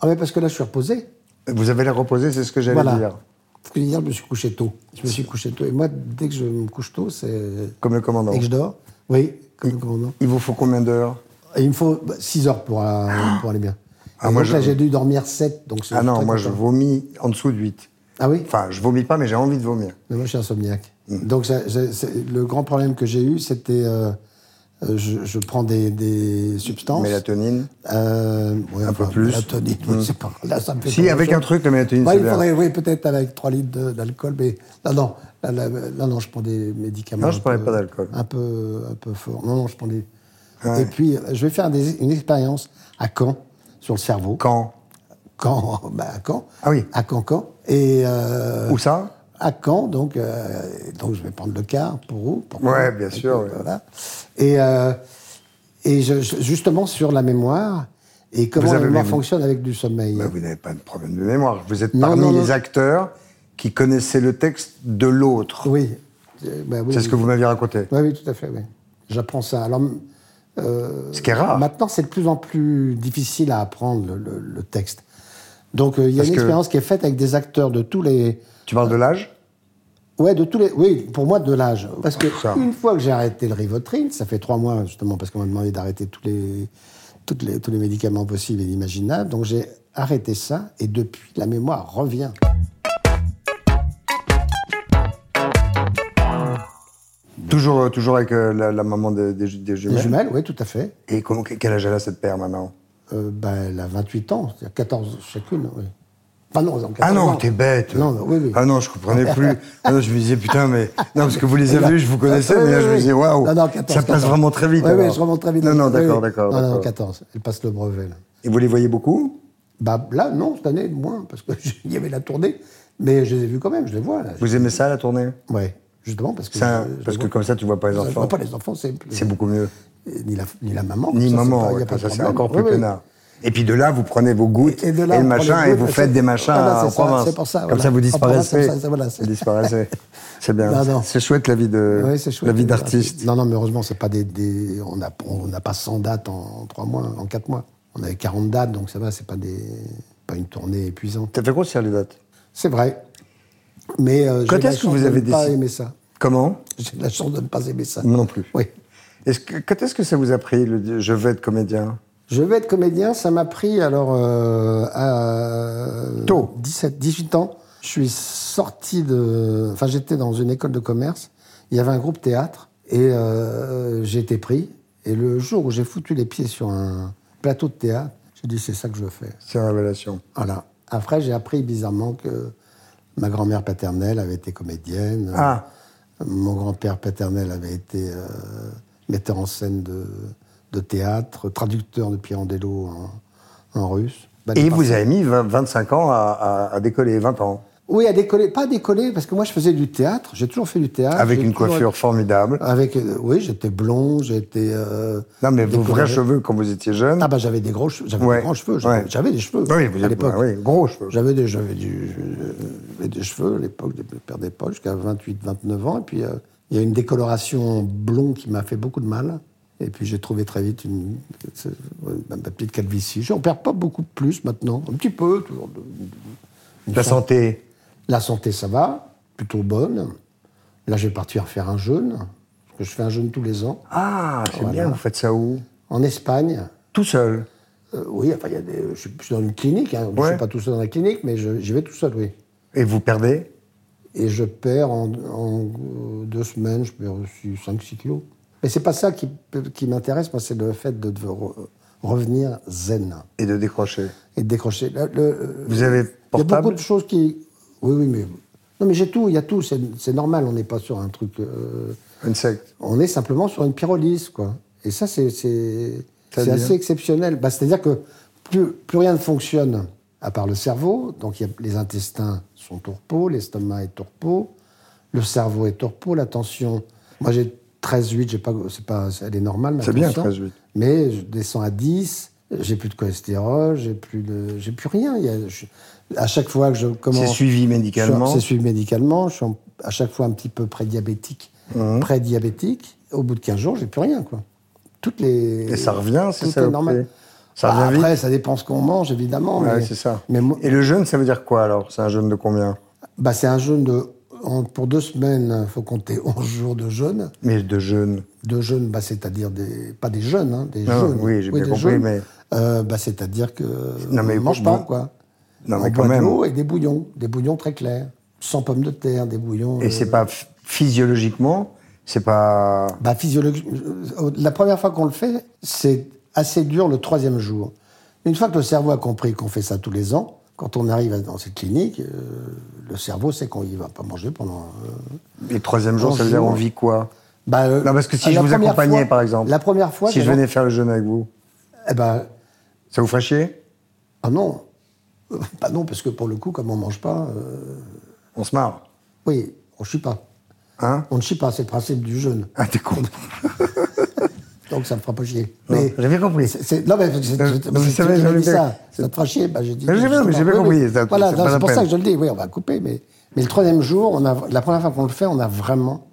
[SPEAKER 2] Ah mais parce que là, je suis reposé.
[SPEAKER 1] Vous avez l'air reposé, c'est ce que j'allais
[SPEAKER 2] Voilà.
[SPEAKER 1] dire.
[SPEAKER 2] Parce que hier, je me suis couché tôt. Je me suis couché tôt. Et moi, dès que je me couche tôt, c'est...
[SPEAKER 1] Comme le commandant.
[SPEAKER 2] Dès que je dors, oui, comme le commandant.
[SPEAKER 1] Il vous faut combien d'heures
[SPEAKER 2] Et il me faut 6 heures pour, euh, pour aller bien.
[SPEAKER 1] Ah,
[SPEAKER 2] Et
[SPEAKER 1] moi,
[SPEAKER 2] donc là,
[SPEAKER 1] je-
[SPEAKER 2] j'ai dû dormir 7. Donc c'est
[SPEAKER 1] Ah non,
[SPEAKER 2] très
[SPEAKER 1] moi je
[SPEAKER 2] content.
[SPEAKER 1] vomis en dessous de 8.
[SPEAKER 2] Ah oui
[SPEAKER 1] Enfin, Hmm. je vomis pas, mais j'ai envie de vomir.
[SPEAKER 2] Mais moi, je suis insomniaque. Donc, ça- ça- c'est- le grand problème que j'ai eu, c'était... euh, euh, je, je prends des, des substances.
[SPEAKER 1] Mélatonine.
[SPEAKER 2] Euh, ouais,
[SPEAKER 1] peu
[SPEAKER 2] enfin,
[SPEAKER 1] plus. Mmh.
[SPEAKER 2] Mélatonine, oui, c'est pas... Là, ça me fait
[SPEAKER 1] Si,
[SPEAKER 2] pas
[SPEAKER 1] avec
[SPEAKER 2] grand-chose.
[SPEAKER 1] un truc, la mélatonine,
[SPEAKER 2] Bah,
[SPEAKER 1] c'est
[SPEAKER 2] il
[SPEAKER 1] bien.
[SPEAKER 2] faudrait, oui, peut-être avec 3 litres de- d'alcool, mais non, non, là, là, là, non, je prends des médicaments.
[SPEAKER 1] Non, je
[SPEAKER 2] un
[SPEAKER 1] parlais
[SPEAKER 2] peu-
[SPEAKER 1] pas d'alcool.
[SPEAKER 2] Un peu, un peu fort. Non, non, je prends des. Et puis, euh, je vais faire des- une expérience à Caen sur le cerveau.
[SPEAKER 1] Quand
[SPEAKER 2] Caen, [LAUGHS] bah, à Caen.
[SPEAKER 1] Ah oui.
[SPEAKER 2] À Caen, Caen. Et euh,
[SPEAKER 1] Où ça
[SPEAKER 2] à Caen, donc, euh, donc je vais prendre le car pour vous. pour
[SPEAKER 1] Ouais,
[SPEAKER 2] vous,
[SPEAKER 1] bien
[SPEAKER 2] et
[SPEAKER 1] sûr,
[SPEAKER 2] puis,
[SPEAKER 1] ouais.
[SPEAKER 2] Voilà. Et, euh, et je- je- justement sur la mémoire et comment la
[SPEAKER 1] avez-
[SPEAKER 2] mémoire
[SPEAKER 1] mais vous-
[SPEAKER 2] fonctionne avec du sommeil.
[SPEAKER 1] Bah, Vous n'avez pas de problème de mémoire. Vous êtes
[SPEAKER 2] Non,
[SPEAKER 1] parmi
[SPEAKER 2] non, non.
[SPEAKER 1] les acteurs qui connaissaient le texte de l'autre.
[SPEAKER 2] Oui. Euh, bah oui,
[SPEAKER 1] C'est ce
[SPEAKER 2] oui.
[SPEAKER 1] que vous m'aviez raconté.
[SPEAKER 2] Oui, oui, tout à fait, oui. J'apprends ça. Alors, m-
[SPEAKER 1] Ce qui est rare.
[SPEAKER 2] maintenant, c'est de plus en plus difficile à apprendre le, le- le texte. Donc, euh, il y a
[SPEAKER 1] Parce
[SPEAKER 2] une
[SPEAKER 1] que-
[SPEAKER 2] expérience qui est faite avec des acteurs de tous les.
[SPEAKER 1] Tu parles de l'âge
[SPEAKER 2] Ouais, de tous les. Oui, pour moi, de l'âge. Parce que
[SPEAKER 1] Ça.
[SPEAKER 2] une fois que j'ai arrêté le Rivotril, ça fait trois mois, justement, parce qu'on m'a demandé d'arrêter tous les, toutes les, tous les médicaments possibles et imaginables. Donc, j'ai arrêté ça, et depuis, la mémoire revient.
[SPEAKER 1] Toujours, euh, toujours avec euh, la, la maman des, des, des jumelles.
[SPEAKER 2] Les jumelles, oui, tout à fait.
[SPEAKER 1] Et comment- quel âge elle a cette paire maintenant
[SPEAKER 2] Euh, ben, elle a 28 ans, c'est-à-dire 14 chacune, oui. Enfin, non, elles ont 14
[SPEAKER 1] Ah non,
[SPEAKER 2] ans.
[SPEAKER 1] t'es bête.
[SPEAKER 2] Non, non, oui, oui.
[SPEAKER 1] Ah non, je comprenais
[SPEAKER 2] [LAUGHS]
[SPEAKER 1] plus. Ah non, je me disais putain, mais non parce que vous les avez vus, je vous connaissais,
[SPEAKER 2] Ah,
[SPEAKER 1] mais là
[SPEAKER 2] oui,
[SPEAKER 1] je me
[SPEAKER 2] oui.
[SPEAKER 1] disais waouh,
[SPEAKER 2] Non, non, 14,
[SPEAKER 1] ça passe
[SPEAKER 2] 14.
[SPEAKER 1] vraiment très vite.
[SPEAKER 2] Oui, oui,
[SPEAKER 1] alors.
[SPEAKER 2] je remonte très vite.
[SPEAKER 1] Non, non,
[SPEAKER 2] Oui, oui.
[SPEAKER 1] d'accord, d'accord.
[SPEAKER 2] Non, non,
[SPEAKER 1] d'accord.
[SPEAKER 2] 14. Elle passe le brevet, là.
[SPEAKER 1] Et vous les voyez beaucoup
[SPEAKER 2] Bah, là, non, cette année, moins, parce [LAUGHS] qu'il y avait la tournée. Mais je les ai vus quand même, je les vois. Là.
[SPEAKER 1] Vous aimez ça, la tournée
[SPEAKER 2] Ouais, justement, parce que.
[SPEAKER 1] Ça,
[SPEAKER 2] je- je
[SPEAKER 1] Parce
[SPEAKER 2] les
[SPEAKER 1] que
[SPEAKER 2] vois.
[SPEAKER 1] comme ça, tu vois pas les
[SPEAKER 2] Je
[SPEAKER 1] enfants.
[SPEAKER 2] vois pas les enfants, c'est.
[SPEAKER 1] C'est beaucoup mieux.
[SPEAKER 2] Ni la, ni la maman.
[SPEAKER 1] Ni
[SPEAKER 2] ça, c'est
[SPEAKER 1] maman,
[SPEAKER 2] pas- y a
[SPEAKER 1] ouais,
[SPEAKER 2] pas de
[SPEAKER 1] ça c'est
[SPEAKER 2] problème.
[SPEAKER 1] encore plus
[SPEAKER 2] Ouais, ouais.
[SPEAKER 1] peinard. Et puis de là, vous prenez vos gouttes et,
[SPEAKER 2] Et de là,
[SPEAKER 1] le
[SPEAKER 2] on prend
[SPEAKER 1] machin
[SPEAKER 2] les
[SPEAKER 1] et
[SPEAKER 2] gouttes,
[SPEAKER 1] vous
[SPEAKER 2] et
[SPEAKER 1] faites
[SPEAKER 2] c'est-
[SPEAKER 1] des machins
[SPEAKER 2] voilà, c'est
[SPEAKER 1] en
[SPEAKER 2] ça,
[SPEAKER 1] province.
[SPEAKER 2] c'est pour ça,
[SPEAKER 1] Comme
[SPEAKER 2] voilà.
[SPEAKER 1] ça, vous
[SPEAKER 2] En province,
[SPEAKER 1] disparaissez.
[SPEAKER 2] comme ça, ça, voilà, c'est-
[SPEAKER 1] Vous disparaissez. C'est bien.
[SPEAKER 2] Non, non.
[SPEAKER 1] C'est chouette la vie de
[SPEAKER 2] Ouais, c'est chouette.
[SPEAKER 1] euh, la vie d'artiste.
[SPEAKER 2] Non, non, mais heureusement, c'est pas des, des- on n'a on n'a pas 100 dates en, 3 mois, en 4 mois. On avait 40 dates, donc ça va, c'est pas des, pas une tournée épuisante.
[SPEAKER 1] T'as fait grossir les dates.
[SPEAKER 2] C'est vrai. Mais euh, j'ai
[SPEAKER 1] Quand
[SPEAKER 2] de la
[SPEAKER 1] est-ce que
[SPEAKER 2] chance
[SPEAKER 1] vous
[SPEAKER 2] de
[SPEAKER 1] avez
[SPEAKER 2] ne pas
[SPEAKER 1] décidé-
[SPEAKER 2] aimé ça.
[SPEAKER 1] Comment
[SPEAKER 2] J'ai de la chance de ne pas aimer ça.
[SPEAKER 1] Moi non plus.
[SPEAKER 2] Oui.
[SPEAKER 1] Est-ce que, quand est-ce que ça vous a pris le je veux être comédien
[SPEAKER 2] Je vais être comédien, ça m'a pris alors euh, à
[SPEAKER 1] Tôt.
[SPEAKER 2] 17, 18 ans. Je suis sorti de. Enfin, j'étais dans une école de commerce. Il y avait un groupe théâtre et euh, j'ai été pris. Et le jour où j'ai foutu les pieds sur un plateau de théâtre, j'ai dit c'est ça que je veux faire.
[SPEAKER 1] C'est une révélation.
[SPEAKER 2] Voilà. Après, j'ai appris bizarrement que ma grand-mère paternelle avait été comédienne.
[SPEAKER 1] Ah.
[SPEAKER 2] Mon grand-père paternel avait été euh, metteur en scène de, de théâtre, traducteur de Pirandello en, en russe. Bah,
[SPEAKER 1] Et vous avez mis 20 25 ans à, à- à décoller, 20 ans,
[SPEAKER 2] Oui, à décoller, pas à décoller, parce que moi je faisais du théâtre, j'ai toujours fait du théâtre.
[SPEAKER 1] avec
[SPEAKER 2] Ah, j'ai
[SPEAKER 1] une
[SPEAKER 2] toujours-
[SPEAKER 1] coiffure formidable.
[SPEAKER 2] avec, euh, Oui, j'étais blond, j'étais. euh,
[SPEAKER 1] Non, mais vos
[SPEAKER 2] décoloré.
[SPEAKER 1] vrais cheveux quand vous étiez jeune.
[SPEAKER 2] Ah bah j'avais des gros cheveux, j'avais
[SPEAKER 1] Ouais,
[SPEAKER 2] des grands cheveux, j'avais
[SPEAKER 1] ouais.
[SPEAKER 2] j'avais des cheveux
[SPEAKER 1] oui, vous
[SPEAKER 2] à
[SPEAKER 1] avez-
[SPEAKER 2] l'époque.
[SPEAKER 1] oui, gros cheveux.
[SPEAKER 2] J'avais des, j'avais du- j'avais des cheveux à l'époque, des paires d'épaule, jusqu'à 28, 29 ans. Et puis, euh, il y a une décoloration blond qui m'a fait beaucoup de mal. Et puis, j'ai trouvé très vite une, c'est- ouais, ma petite calvitie. J'en perds pas beaucoup plus maintenant. Un petit peu, toujours. de- de-
[SPEAKER 1] La santé.
[SPEAKER 2] La santé, ça va, plutôt bonne. Là, je vais partir faire un jeûne, parce que je fais un jeûne tous les ans,
[SPEAKER 1] Ah, c'est bien, vous faites ça où
[SPEAKER 2] en Espagne.
[SPEAKER 1] Tout seul.
[SPEAKER 2] Euh, oui, enfin, il y a des, je, suis, je suis dans une clinique. hein. Je
[SPEAKER 1] Ouais.
[SPEAKER 2] suis pas tout seul dans la clinique, mais je- j'y vais tout seul, oui.
[SPEAKER 1] Et vous perdez
[SPEAKER 2] Et je perds en, en, euh, deux semaines, je perds aussi 5-6 kilos. Mais c'est pas ça qui, qui m'intéresse, moi, c'est le fait de, de re- revenir zen
[SPEAKER 1] et de décrocher.
[SPEAKER 2] et de décrocher. Le- le-
[SPEAKER 1] Vous avez
[SPEAKER 2] Il y a
[SPEAKER 1] portable
[SPEAKER 2] beaucoup de choses qui. Oui, oui, mais. Non, mais j'ai tout, il y a tout, c'est c'est normal, on n'est pas sur un truc. euh,
[SPEAKER 1] Une secte.
[SPEAKER 2] on est simplement sur une pyrolyse, quoi. Et ça, c'est c'est- c'est
[SPEAKER 1] C'est-à-dire
[SPEAKER 2] assez exceptionnel. Bah, C'est-à-dire que plus, plus rien ne fonctionne à part le cerveau, donc il y a- les intestins sont tourpeaux, l'estomac est tourpeau, le cerveau est tourpeau, la tension... Moi, j'ai 13,8, j'ai pas, c'est pas, elle est normale, ma
[SPEAKER 1] C'est bien,
[SPEAKER 2] tension,
[SPEAKER 1] 13,8.
[SPEAKER 2] Mais je descends à 10, j'ai plus de cholestérol, j'ai plus, de- j'ai plus rien. Il y a- je- à chaque fois que je commence...
[SPEAKER 1] C'est suivi
[SPEAKER 2] Je suis-
[SPEAKER 1] médicalement.
[SPEAKER 2] C'est suivi médicalement. Je suis en- à chaque fois un petit peu prédiabétique.
[SPEAKER 1] Hum.
[SPEAKER 2] Prédiabétique. Au bout de 15 jours, j'ai plus rien, quoi. Toutes les.
[SPEAKER 1] Et ça revient, c'est
[SPEAKER 2] tout
[SPEAKER 1] ça
[SPEAKER 2] est
[SPEAKER 1] vous
[SPEAKER 2] normal.
[SPEAKER 1] plaît Ça
[SPEAKER 2] Bah,
[SPEAKER 1] revient
[SPEAKER 2] après,
[SPEAKER 1] vite
[SPEAKER 2] ça dépend ce qu'on mange, évidemment.
[SPEAKER 1] Ouais,
[SPEAKER 2] mais-
[SPEAKER 1] c'est ça.
[SPEAKER 2] Mais moi-
[SPEAKER 1] Et le jeûne, ça veut dire quoi alors C'est un jeûne de combien
[SPEAKER 2] bah, c'est un jeûne de. en- pour deux semaines, faut compter [LAUGHS] 11 jours de jeûne.
[SPEAKER 1] Mais de jeûne.
[SPEAKER 2] De jeûne, bah, c'est-à-dire des. Pas des jeûnes, hein, des
[SPEAKER 1] Non,
[SPEAKER 2] jeûnes.
[SPEAKER 1] Ah, oui, j'ai bien
[SPEAKER 2] des
[SPEAKER 1] compris,
[SPEAKER 2] jeûnes.
[SPEAKER 1] mais-
[SPEAKER 2] Euh, bah, c'est-à-dire que.
[SPEAKER 1] Non, mais
[SPEAKER 2] on mange
[SPEAKER 1] vous-
[SPEAKER 2] pas, quoi.
[SPEAKER 1] Non,
[SPEAKER 2] on
[SPEAKER 1] mais
[SPEAKER 2] boit
[SPEAKER 1] quand même.
[SPEAKER 2] de l'eau et des bouillons. Des bouillons très clairs. Sans pommes de terre, des bouillons.
[SPEAKER 1] Et
[SPEAKER 2] euh,
[SPEAKER 1] c'est pas ph- physiologiquement, c'est pas.
[SPEAKER 2] Bah, physiologi- euh, La première fois qu'on le fait, c'est assez dur le troisième jour. Une fois que le cerveau a compris qu'on fait ça tous les ans, quand on arrive à- dans cette clinique, euh, le cerveau sait qu'on ne va pas manger pendant. euh,
[SPEAKER 1] Et le troisième jour,
[SPEAKER 2] Onze
[SPEAKER 1] ça veut dire on
[SPEAKER 2] jours.
[SPEAKER 1] vit quoi
[SPEAKER 2] bah, euh,
[SPEAKER 1] Non, parce que si
[SPEAKER 2] la
[SPEAKER 1] je vous
[SPEAKER 2] première
[SPEAKER 1] accompagnais,
[SPEAKER 2] fois-
[SPEAKER 1] par exemple.
[SPEAKER 2] La première fois,
[SPEAKER 1] Si je
[SPEAKER 2] c'est-
[SPEAKER 1] venais faire le jeûne avec vous,
[SPEAKER 2] eh ben,
[SPEAKER 1] ça vous ferait chier
[SPEAKER 2] ah non. [LAUGHS] Bah non, parce que pour le coup, comme on ne mange pas, euh,
[SPEAKER 1] On se marre.
[SPEAKER 2] oui, on ne chie pas.
[SPEAKER 1] Hein
[SPEAKER 2] On ne chie pas, c'est le principe du jeûne.
[SPEAKER 1] Ah, t'es con.
[SPEAKER 2] Donc ça ne me fera pas chier.
[SPEAKER 1] Non,
[SPEAKER 2] Mais-
[SPEAKER 1] j'ai bien compris.
[SPEAKER 2] C'est- c'est- non, mais
[SPEAKER 1] Non, Euh, vous
[SPEAKER 2] vous
[SPEAKER 1] savez,
[SPEAKER 2] savez,
[SPEAKER 1] j'en ai
[SPEAKER 2] j'ai dit
[SPEAKER 1] bien-
[SPEAKER 2] ça. Ça te fera chier, bah, j'ai dit.
[SPEAKER 1] Mais j'ai bien- mais j'ai bien
[SPEAKER 2] Oui,
[SPEAKER 1] compris,
[SPEAKER 2] oui.
[SPEAKER 1] ça-
[SPEAKER 2] Voilà,
[SPEAKER 1] c'est
[SPEAKER 2] non,
[SPEAKER 1] pas la
[SPEAKER 2] c'est pour ça
[SPEAKER 1] peine.
[SPEAKER 2] que je le dis. Oui, on va couper, mais, mais le troisième jour, on a, la première fois qu'on le fait, on a vraiment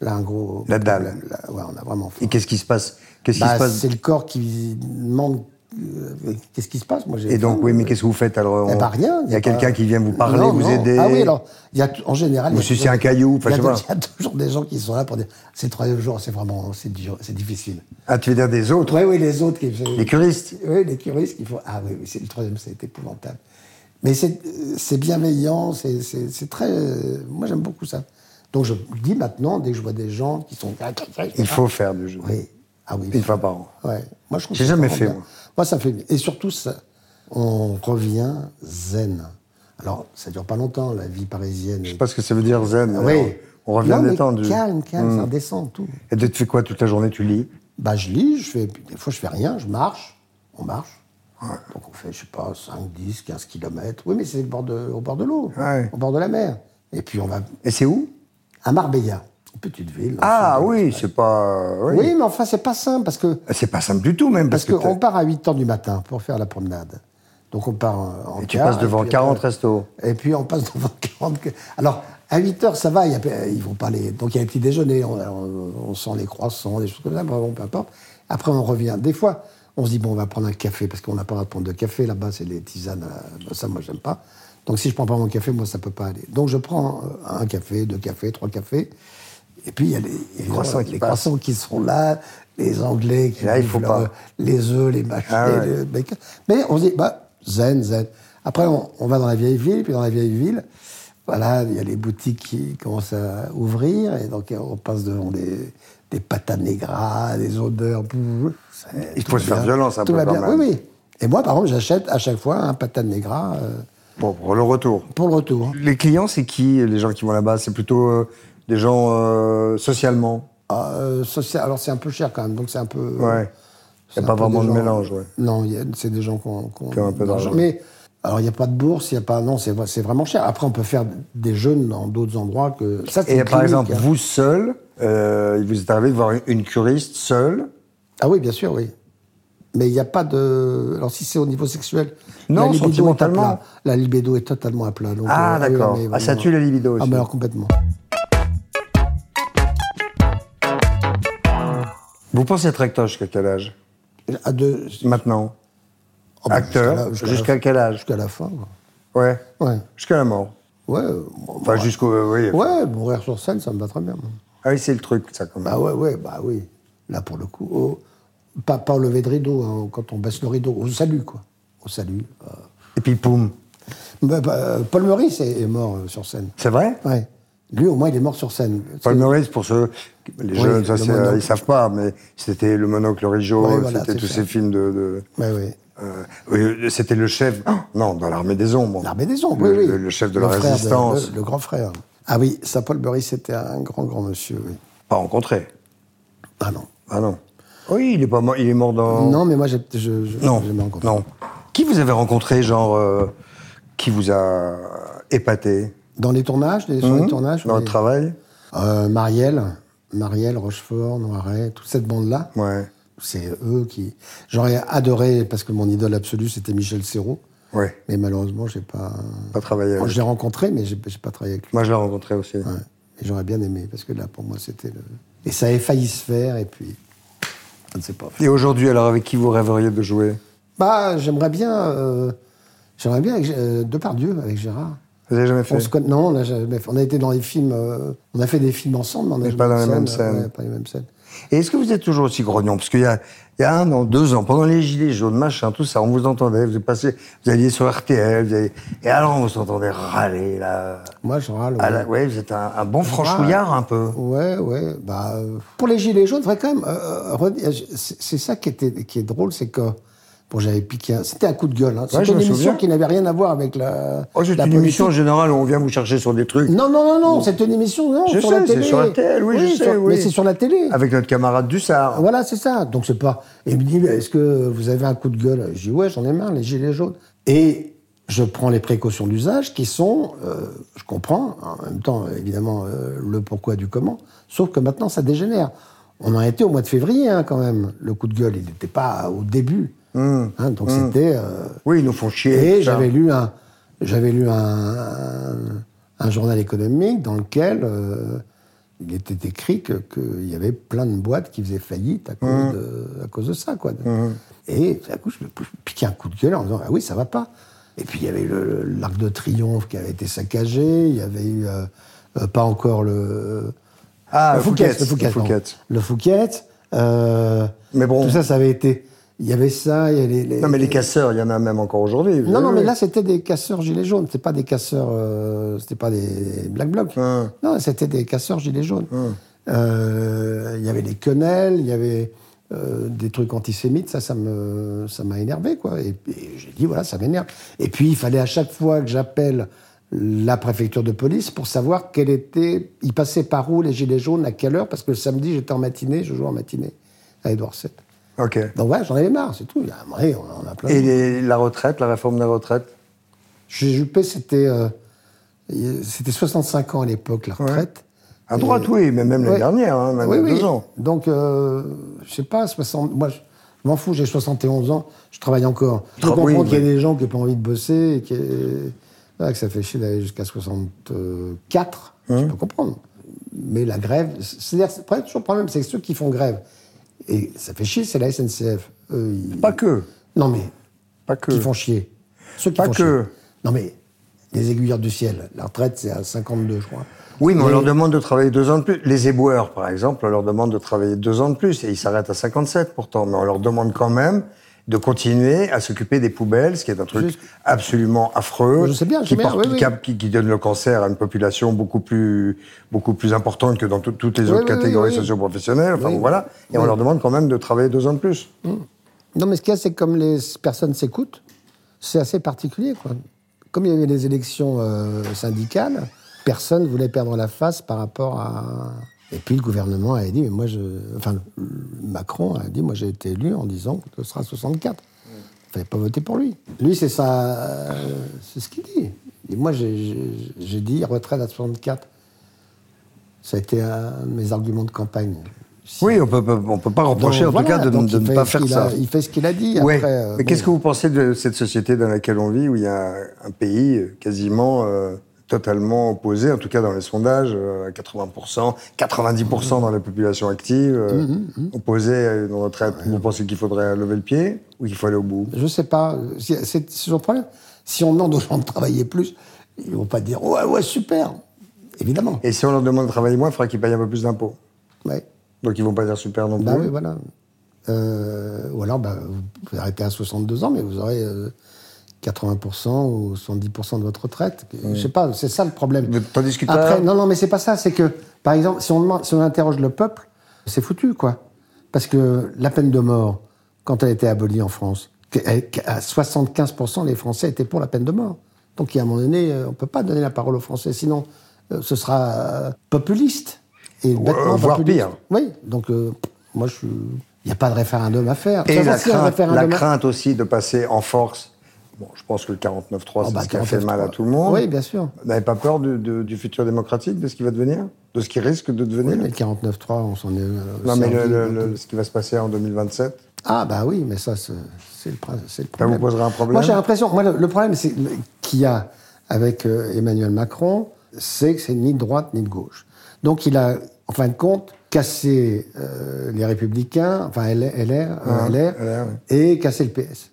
[SPEAKER 2] là un gros.
[SPEAKER 1] La dalle.
[SPEAKER 2] problème, là. ouais, on a vraiment faim.
[SPEAKER 1] Et qu'est-ce qui se passe Qu'est-ce qui
[SPEAKER 2] Bah,
[SPEAKER 1] se passe
[SPEAKER 2] c'est le corps qui demande. euh, Qu'est-ce qui se passe Moi, j'ai
[SPEAKER 1] Et donc,
[SPEAKER 2] faim.
[SPEAKER 1] oui, mais qu'est-ce que vous faites alors
[SPEAKER 2] Eh
[SPEAKER 1] on-
[SPEAKER 2] ben, rien.
[SPEAKER 1] Il y a
[SPEAKER 2] pas-
[SPEAKER 1] quelqu'un qui vient vous parler,
[SPEAKER 2] Non,
[SPEAKER 1] vous
[SPEAKER 2] non.
[SPEAKER 1] aider.
[SPEAKER 2] Ah oui, alors, il y a, t- en général. il y
[SPEAKER 1] Vous
[SPEAKER 2] a
[SPEAKER 1] sucez
[SPEAKER 2] toujours-
[SPEAKER 1] un caillou, enfin,
[SPEAKER 2] Il y, a
[SPEAKER 1] je sais
[SPEAKER 2] t-
[SPEAKER 1] pas.
[SPEAKER 2] il y a toujours des gens qui sont là pour dire c'est le troisième jour, c'est vraiment. C'est dur, c'est difficile.
[SPEAKER 1] Ah, tu veux dire des autres
[SPEAKER 2] Oui, oui, les autres qui.
[SPEAKER 1] Les curistes
[SPEAKER 2] Oui, les curistes qui font. Ah oui, oui, c'est le troisième, c'est épouvantable. Mais c'est euh, c'est bienveillant, c'est- c'est c'est très. euh, Moi, j'aime beaucoup ça. Donc, je le dis maintenant, dès que je vois des gens qui sont.
[SPEAKER 1] Il faut faire du jeûne.
[SPEAKER 2] Oui. Ah oui.
[SPEAKER 1] Une fois par an.
[SPEAKER 2] Ouais. Moi, je trouve
[SPEAKER 1] J'ai
[SPEAKER 2] ça
[SPEAKER 1] jamais
[SPEAKER 2] vraiment
[SPEAKER 1] fait,
[SPEAKER 2] bien.
[SPEAKER 1] moi.
[SPEAKER 2] Moi, ça me fait. bien. Et surtout, ça, on revient zen. Alors, ça dure pas longtemps, la vie parisienne.
[SPEAKER 1] Je sais pas ce que ça veut dire zen.
[SPEAKER 2] Ah
[SPEAKER 1] mais
[SPEAKER 2] oui.
[SPEAKER 1] On, on revient
[SPEAKER 2] Non, mais
[SPEAKER 1] détendu.
[SPEAKER 2] Calme, calme,
[SPEAKER 1] Hmm.
[SPEAKER 2] ça descend tout.
[SPEAKER 1] Et tu fais quoi toute la journée Tu lis
[SPEAKER 2] Bah, je lis, je fais. Des fois, je fais rien, je marche. On marche. Donc on fait, je sais pas, 5, 10, 15 kilomètres. Oui, mais c'est le bord de- au bord de l'eau,
[SPEAKER 1] Ouais.
[SPEAKER 2] au bord de la mer. Et puis on va
[SPEAKER 1] Et c'est où
[SPEAKER 2] à Marbella, une petite ville.
[SPEAKER 1] Ah
[SPEAKER 2] Enfin,
[SPEAKER 1] oui, c'est pas. Oui.
[SPEAKER 2] Oui, mais enfin, c'est pas simple parce que
[SPEAKER 1] C'est pas simple du tout, même.
[SPEAKER 2] parce
[SPEAKER 1] Parce, que.
[SPEAKER 2] qu'on
[SPEAKER 1] t'as-
[SPEAKER 2] part à 8 h du matin pour faire la promenade. Donc on part en en
[SPEAKER 1] Et tu
[SPEAKER 2] car,
[SPEAKER 1] passes devant
[SPEAKER 2] puis
[SPEAKER 1] 40
[SPEAKER 2] après-
[SPEAKER 1] restos.
[SPEAKER 2] Et puis on passe devant 40. que- Alors à 8 h ça va, il y a- ils vont pas les. Donc il y a les petits déjeuners, on, on- on sent les croissants, des choses comme ça, bon, peu importe. Après on revient. Des fois, on se dit bon, on va prendre un café parce qu'on n'a pas le droit de prendre de café là-bas, c'est les tisanes. euh, Ça, moi, j'aime pas. Donc si je prends pas mon café, moi, ça peut pas aller. Donc je prends euh, un café, deux cafés, trois cafés. Et puis il y a les, les
[SPEAKER 1] croissants qui
[SPEAKER 2] les
[SPEAKER 1] passent.
[SPEAKER 2] croissants qui sont là, les Anglais qui
[SPEAKER 1] Et là, il faut
[SPEAKER 2] bouffent leur-
[SPEAKER 1] pas.
[SPEAKER 2] les œufs, les machins.
[SPEAKER 1] Ah ouais.
[SPEAKER 2] les bacon. Mais on se dit, bah, zen, zen. Après, on, on va dans la vieille ville, puis dans la vieille ville, voilà, il y a les boutiques qui commencent à ouvrir, et donc on passe devant des, des patates negras, des odeurs.
[SPEAKER 1] Il
[SPEAKER 2] Tout
[SPEAKER 1] faut
[SPEAKER 2] va
[SPEAKER 1] se faire
[SPEAKER 2] bien.
[SPEAKER 1] violence un
[SPEAKER 2] Tout
[SPEAKER 1] peu
[SPEAKER 2] va
[SPEAKER 1] quand
[SPEAKER 2] bien.
[SPEAKER 1] même.
[SPEAKER 2] Oui, oui. Et moi, par exemple, j'achète à chaque fois un patate negra euh,
[SPEAKER 1] Bon, pour le retour.
[SPEAKER 2] pour le retour. hein.
[SPEAKER 1] Les clients, c'est qui Les gens qui vont là-bas, c'est plutôt euh, des gens euh, socialement.
[SPEAKER 2] Ah, euh, social- alors c'est un peu cher quand même, donc c'est un peu.
[SPEAKER 1] Ouais.
[SPEAKER 2] c'est
[SPEAKER 1] Y a
[SPEAKER 2] un
[SPEAKER 1] pas
[SPEAKER 2] peu
[SPEAKER 1] vraiment
[SPEAKER 2] des
[SPEAKER 1] de
[SPEAKER 2] gens-
[SPEAKER 1] mélange, ouais.
[SPEAKER 2] Non, y a- c'est des gens qui ont, qui ont
[SPEAKER 1] Qui ont un peu d'argent.
[SPEAKER 2] Mais alors il n'y a pas de bourse, il y a pas. Non, c'est vrai- c'est vraiment cher. Après, on peut faire des jeunes dans d'autres endroits que. Ça, c'est
[SPEAKER 1] Et
[SPEAKER 2] une
[SPEAKER 1] par
[SPEAKER 2] clinique,
[SPEAKER 1] exemple,
[SPEAKER 2] hein.
[SPEAKER 1] vous seul, euh, il vous est arrivé de voir une- une curiste seule
[SPEAKER 2] Ah oui, bien sûr, oui. Mais il n'y a pas de. Alors si c'est au niveau sexuel.
[SPEAKER 1] Non,
[SPEAKER 2] la libido est à
[SPEAKER 1] sentimentalement.
[SPEAKER 2] plat. La libido est totalement à plat. donc, euh,
[SPEAKER 1] Ah,
[SPEAKER 2] oui,
[SPEAKER 1] d'accord.
[SPEAKER 2] on est
[SPEAKER 1] Ah, ça
[SPEAKER 2] vraiment-
[SPEAKER 1] tue la libido
[SPEAKER 2] Ah,
[SPEAKER 1] aussi.
[SPEAKER 2] mais alors complètement.
[SPEAKER 1] Vous pensez être acteur jusqu'à quel âge
[SPEAKER 2] À deux-
[SPEAKER 1] Maintenant
[SPEAKER 2] oh, bah,
[SPEAKER 1] Acteur
[SPEAKER 2] jusqu'à
[SPEAKER 1] Jusqu'à
[SPEAKER 2] la- jusqu'à la-
[SPEAKER 1] quel âge
[SPEAKER 2] Jusqu'à la fin. quoi.
[SPEAKER 1] Ouais.
[SPEAKER 2] Ouais.
[SPEAKER 1] Jusqu'à la mort.
[SPEAKER 2] Ouais. euh,
[SPEAKER 1] Enfin, jusqu'au. euh, oui.
[SPEAKER 2] Ouais, mourir sur scène, ça me va très bien. moi.
[SPEAKER 1] Ah oui, c'est le truc, ça, quand même.
[SPEAKER 2] Bah ouais, ouais, bah oui. Là, pour le coup, au- pas, pas au lever de rideau, hein, quand on baisse le rideau, au salut, quoi. Au salut. euh.
[SPEAKER 1] Et puis, poum.
[SPEAKER 2] Bah, bah, euh, Paul Maurice est, est mort euh, sur scène.
[SPEAKER 1] C'est vrai
[SPEAKER 2] Ouais. Lui, au moins, il est mort sur scène.
[SPEAKER 1] Paul
[SPEAKER 2] C'est-
[SPEAKER 1] Maurice, pour ceux. Les
[SPEAKER 2] Oui,
[SPEAKER 1] jeunes, ça,
[SPEAKER 2] le
[SPEAKER 1] c'est- euh,
[SPEAKER 2] monocle.
[SPEAKER 1] ils savent pas, mais c'était Le Monocle Rigaud,
[SPEAKER 2] Ouais, voilà,
[SPEAKER 1] c'était
[SPEAKER 2] c'est
[SPEAKER 1] tous
[SPEAKER 2] ça.
[SPEAKER 1] ces films de. de-
[SPEAKER 2] Ouais, Bah ouais.
[SPEAKER 1] euh, oui, c'était le chef. Ah, non, dans l'armée des ombres.
[SPEAKER 2] L'armée des ombres,
[SPEAKER 1] Le-
[SPEAKER 2] oui, oui.
[SPEAKER 1] Le, le chef de la
[SPEAKER 2] frère
[SPEAKER 1] résistance.
[SPEAKER 2] le, le grand frère. Ah oui, ça, Paul Maurice était un grand, grand monsieur, oui.
[SPEAKER 1] Pas rencontré.
[SPEAKER 2] Ah non.
[SPEAKER 1] Ah non. Oui, il est, pas mort, il est mort dans.
[SPEAKER 2] Non, mais moi, j'ai- je, je,
[SPEAKER 1] Oh. Non,
[SPEAKER 2] je l'ai rencontré.
[SPEAKER 1] non. Qui vous avez rencontré, genre, euh, qui vous a épaté
[SPEAKER 2] Dans les tournages, les, sur les
[SPEAKER 1] Hmm
[SPEAKER 2] tournages
[SPEAKER 1] Dans
[SPEAKER 2] oui.
[SPEAKER 1] le travail
[SPEAKER 2] Euh, Marielle, Marielle, Rochefort, Noiret, toute cette bande-là.
[SPEAKER 1] Ouais.
[SPEAKER 2] C'est eux qui. J'aurais adoré, parce que mon idole absolue, c'était Michel Serrault.
[SPEAKER 1] Ouais.
[SPEAKER 2] Mais malheureusement, j'ai pas.
[SPEAKER 1] Pas travaillé
[SPEAKER 2] Bon,
[SPEAKER 1] avec.
[SPEAKER 2] je l'ai rencontré, mais j'ai j'ai pas travaillé avec lui.
[SPEAKER 1] Moi, je l'ai rencontré aussi.
[SPEAKER 2] Ouais. Et j'aurais bien aimé, parce que là, pour moi, c'était le. Et ça avait failli se faire, et puis. Ça ne s'est pas fait.
[SPEAKER 1] Et aujourd'hui, alors, avec qui vous rêveriez de jouer
[SPEAKER 2] Bah, j'aimerais bien. euh, J'aimerais bien avec euh, Depardieu, avec Gérard.
[SPEAKER 1] Vous n'avez jamais
[SPEAKER 2] On
[SPEAKER 1] fait
[SPEAKER 2] se conna- Non, on a, jamais fait- on a été dans les films. euh, On a fait des films ensemble, mais on n'a
[SPEAKER 1] Mais
[SPEAKER 2] jamais
[SPEAKER 1] pas dans
[SPEAKER 2] fait
[SPEAKER 1] les
[SPEAKER 2] de
[SPEAKER 1] mêmes
[SPEAKER 2] scène,
[SPEAKER 1] scènes.
[SPEAKER 2] ouais, pas les mêmes scènes.
[SPEAKER 1] Et est-ce que vous êtes toujours aussi grognon Parce qu'il y a, il y a un an, deux ans, pendant les gilets jaunes, machin, tout ça, on vous entendait, vous, êtes passé, vous alliez sur RTL, vous alliez- et alors on vous entendait râler, là.
[SPEAKER 2] Moi, je râle.
[SPEAKER 1] Ah
[SPEAKER 2] ouais.
[SPEAKER 1] là, ouais, vous êtes un, un bon franchouillard, un peu.
[SPEAKER 2] Ouais, ouais. Bah, euh, pour les gilets jaunes, vrai quand même. euh, re- c'est c'est ça qui était qui est drôle, c'est que bon, j'avais piqué. un- C'était un coup de gueule. hein. C'était
[SPEAKER 1] je
[SPEAKER 2] une
[SPEAKER 1] me
[SPEAKER 2] émission
[SPEAKER 1] souviens.
[SPEAKER 2] qui n'avait rien à voir avec la.
[SPEAKER 1] Oh, c'est
[SPEAKER 2] la
[SPEAKER 1] une
[SPEAKER 2] politique.
[SPEAKER 1] émission générale où on vient vous chercher sur des trucs.
[SPEAKER 2] Non, non, non, non. C'est une émission non,
[SPEAKER 1] Je
[SPEAKER 2] sur
[SPEAKER 1] sais,
[SPEAKER 2] la
[SPEAKER 1] c'est
[SPEAKER 2] télé.
[SPEAKER 1] sur RTL, oui, je sais,
[SPEAKER 2] sur-
[SPEAKER 1] oui.
[SPEAKER 2] Mais c'est sur la télé.
[SPEAKER 1] Avec notre camarade Dussard.
[SPEAKER 2] Voilà, c'est ça. Donc c'est pas. Et il me dit, est-ce que vous avez un coup de gueule Je dis, ouais, j'en ai marre, les gilets jaunes. Et je prends les précautions d'usage qui sont, euh, je comprends, en même temps, évidemment, euh, le pourquoi du comment, sauf que maintenant, ça dégénère. On en était au mois de février, hein, quand même. Le coup de gueule, il n'était pas au début. Hein, donc c'était. euh,
[SPEAKER 1] Oui, ils nous font chier.
[SPEAKER 2] et
[SPEAKER 1] ça.
[SPEAKER 2] j'avais lu un, j'avais lu un, un- un journal économique dans lequel euh, il était écrit que- qu'il y avait plein de boîtes qui faisaient faillite à cause,
[SPEAKER 1] Mmh.
[SPEAKER 2] de, à cause de ça. Quoi. Et tout à coup, je me piquais un coup de gueule en disant Ah oui, ça va pas. Et puis il y avait le- le- l'Arc de Triomphe qui avait été saccagé il y avait eu euh, euh, pas encore le.
[SPEAKER 1] Ah,
[SPEAKER 2] le Fouquet.
[SPEAKER 1] le Fouquet.
[SPEAKER 2] Le Fouquet. pardon. Le Fouquet, euh,
[SPEAKER 1] Mais bon.
[SPEAKER 2] Tout ça, ça avait été. Il y avait ça, il y avait les- les-
[SPEAKER 1] Non, mais les casseurs, il y en a même encore aujourd'hui. vous
[SPEAKER 2] non, non,
[SPEAKER 1] savez.
[SPEAKER 2] mais là, c'était des casseurs gilets jaunes. C'était pas des casseurs. euh, c'était pas des Black Blocs.
[SPEAKER 1] Hein.
[SPEAKER 2] Non, c'était des casseurs gilets jaunes.
[SPEAKER 1] Ah.
[SPEAKER 2] Euh, Il y avait des quenelles, il y avait euh, des trucs antisémites. Ça, ça me, ça m'a énervé, quoi. Et, et j'ai dit, voilà, ça m'énerve. Et puis, il fallait à chaque fois que j'appelle la préfecture de police pour savoir quel était. Ils passaient par où les gilets jaunes, à quelle heure, parce que le samedi, j'étais en matinée, je jouais en matinée à Édouard VII.
[SPEAKER 1] Ok.
[SPEAKER 2] Donc voilà, j'en avais marre, c'est tout. Il y a un moment donné, on en a plein.
[SPEAKER 1] Et les- la retraite, la réforme de la retraite
[SPEAKER 2] Chez Juppé, c'était euh, c'était 65 ans à l'époque, la retraite.
[SPEAKER 1] À droite, oui, mais même
[SPEAKER 2] Ouais.
[SPEAKER 1] les dernières, hein, même
[SPEAKER 2] oui,
[SPEAKER 1] les
[SPEAKER 2] oui.
[SPEAKER 1] deux ans.
[SPEAKER 2] Donc, euh, je sais pas, 60... Moi, je je m'en fous, j'ai 71 ans, je travaille encore. Je
[SPEAKER 1] Ah,
[SPEAKER 2] comprends
[SPEAKER 1] oui,
[SPEAKER 2] qu'il y a
[SPEAKER 1] oui.
[SPEAKER 2] des gens qui n'ont pas envie de bosser, et qui... voilà, que ça fait chier d'aller jusqu'à 64,
[SPEAKER 1] Hein.
[SPEAKER 2] je peux comprendre. Mais la grève, c'est-à-dire, c'est pas toujours le problème, c'est que ceux qui font grève, et ça fait chier, c'est la SNCF. Eux, Euh, ils-
[SPEAKER 1] Pas que.
[SPEAKER 2] Non, mais
[SPEAKER 1] Pas que.
[SPEAKER 2] qui font chier. Ceux qui
[SPEAKER 1] Pas
[SPEAKER 2] font
[SPEAKER 1] que.
[SPEAKER 2] chier. Non, mais les aiguilleurs du ciel, la retraite, c'est à 52, je crois.
[SPEAKER 1] Oui, mais on leur demande de travailler deux ans de plus. Les éboueurs, par exemple, on leur demande de travailler deux ans de plus et ils s'arrêtent à 57 pourtant. Mais on leur demande quand même de continuer à s'occuper des poubelles, ce qui est un truc
[SPEAKER 2] Je-
[SPEAKER 1] absolument affreux,
[SPEAKER 2] Je sais bien,
[SPEAKER 1] qui,
[SPEAKER 2] je sais bien,
[SPEAKER 1] porte-
[SPEAKER 2] oui, oui.
[SPEAKER 1] qui a- qui- qui donne le cancer à une population beaucoup plus, beaucoup plus importante que dans tout- toutes les
[SPEAKER 2] Oui,
[SPEAKER 1] autres
[SPEAKER 2] oui, oui,
[SPEAKER 1] catégories
[SPEAKER 2] oui.
[SPEAKER 1] socioprofessionnelles. Enfin,
[SPEAKER 2] Oui.
[SPEAKER 1] bon, voilà. Et on
[SPEAKER 2] Oui.
[SPEAKER 1] leur demande quand même de travailler deux ans de plus.
[SPEAKER 2] Non, mais ce qu'il y a, c'est que comme les personnes s'écoutent, c'est assez particulier, quoi. Comme il y avait les élections euh, syndicales, personne voulait perdre la face par rapport à. Et puis le gouvernement a dit, mais moi, je. Enfin, le- Macron a dit, moi, j'ai été élu en disant que ce sera 64. Il fallait pas voter pour lui. Lui, c'est ça. euh, c'est ce qu'il dit. Et moi, j'ai- j'ai j'ai dit retraite à 64. Ça a été un de mes arguments de campagne. Si-
[SPEAKER 1] Oui, on peut, peut- on peut pas reprocher
[SPEAKER 2] Donc,
[SPEAKER 1] en tout
[SPEAKER 2] voilà,
[SPEAKER 1] cas de,
[SPEAKER 2] donc
[SPEAKER 1] de
[SPEAKER 2] il
[SPEAKER 1] ne
[SPEAKER 2] fait
[SPEAKER 1] pas
[SPEAKER 2] ce
[SPEAKER 1] faire
[SPEAKER 2] qu'il
[SPEAKER 1] ça.
[SPEAKER 2] a- il fait ce qu'il a dit.
[SPEAKER 1] Ouais.
[SPEAKER 2] Après, euh,
[SPEAKER 1] Mais
[SPEAKER 2] bon.
[SPEAKER 1] qu'est-ce que vous pensez de cette société dans laquelle on vit, où il y a un pays euh, quasiment euh, totalement opposé, en tout cas dans les sondages, euh, à 80%, 90% dans la population active, euh,
[SPEAKER 2] Mmh,
[SPEAKER 1] opposé euh, dans notre retraite Vous pensez qu'il faudrait lever le pied ou qu'il faut aller au bout
[SPEAKER 2] Je sais pas. Si- C'est c'est toujours le problème. Si on demande aux gens de travailler plus, ils vont pas dire ouais ouais super. Évidemment.
[SPEAKER 1] Et si on leur demande de travailler moins, il faudra qu'ils payent un peu plus d'impôts.
[SPEAKER 2] Ouais.
[SPEAKER 1] Donc ils vont pas dire super non plus.
[SPEAKER 2] Bah oui, voilà. Euh, ou alors, bah, vous pouvez arrêter à 62 ans, mais vous aurez euh, 80% ou 70% de votre retraite. Je sais pas, c'est ça le problème.
[SPEAKER 1] Mais t'en discutes pas
[SPEAKER 2] Après, non, non, mais c'est pas ça. C'est que, par exemple, si on, demande- si on interroge le peuple, c'est foutu, quoi. Parce que la peine de mort, quand elle a été abolie en France, que- à 75%, les Français étaient pour la peine de mort. Donc, il y a un moment donné, euh, on peut pas donner la parole aux Français, sinon euh, ce sera euh, populiste. Et bêtement
[SPEAKER 1] voire
[SPEAKER 2] populiste.
[SPEAKER 1] pire.
[SPEAKER 2] Oui, donc euh, moi je suis. Il n'y a pas de référendum à faire.
[SPEAKER 1] Et
[SPEAKER 2] Ça,
[SPEAKER 1] la,
[SPEAKER 2] si, un
[SPEAKER 1] crainte, la
[SPEAKER 2] référendum à-
[SPEAKER 1] crainte aussi de passer en force. Bon, je pense que le 49-3,
[SPEAKER 2] Oh,
[SPEAKER 1] c'est
[SPEAKER 2] bah,
[SPEAKER 1] ce qui a fait
[SPEAKER 2] 49-3.
[SPEAKER 1] mal à tout le monde.
[SPEAKER 2] Oui, bien sûr.
[SPEAKER 1] Vous n'avez pas peur du, du- du futur démocratique, de ce qui va devenir De ce qui risque de devenir
[SPEAKER 2] Oui, mais le 49-3, on s'en est. euh,
[SPEAKER 1] Non, mais le-
[SPEAKER 2] servi.
[SPEAKER 1] le- le- ce qui va se passer en 2027.
[SPEAKER 2] Ah, bah oui, mais ça, c'est c'est le, prin- c'est le
[SPEAKER 1] Ça
[SPEAKER 2] problème.
[SPEAKER 1] vous posera un problème
[SPEAKER 2] Moi, j'ai l'impression. Moi, le, le problème c'est le- qu'il y a avec euh, Emmanuel Macron, c'est que c'est ni de droite ni de gauche. Donc, il a, en fin de compte, cassé euh, les Républicains, enfin LR, euh,
[SPEAKER 1] Ouais,
[SPEAKER 2] LR,
[SPEAKER 1] LR, ouais.
[SPEAKER 2] et cassé le PS.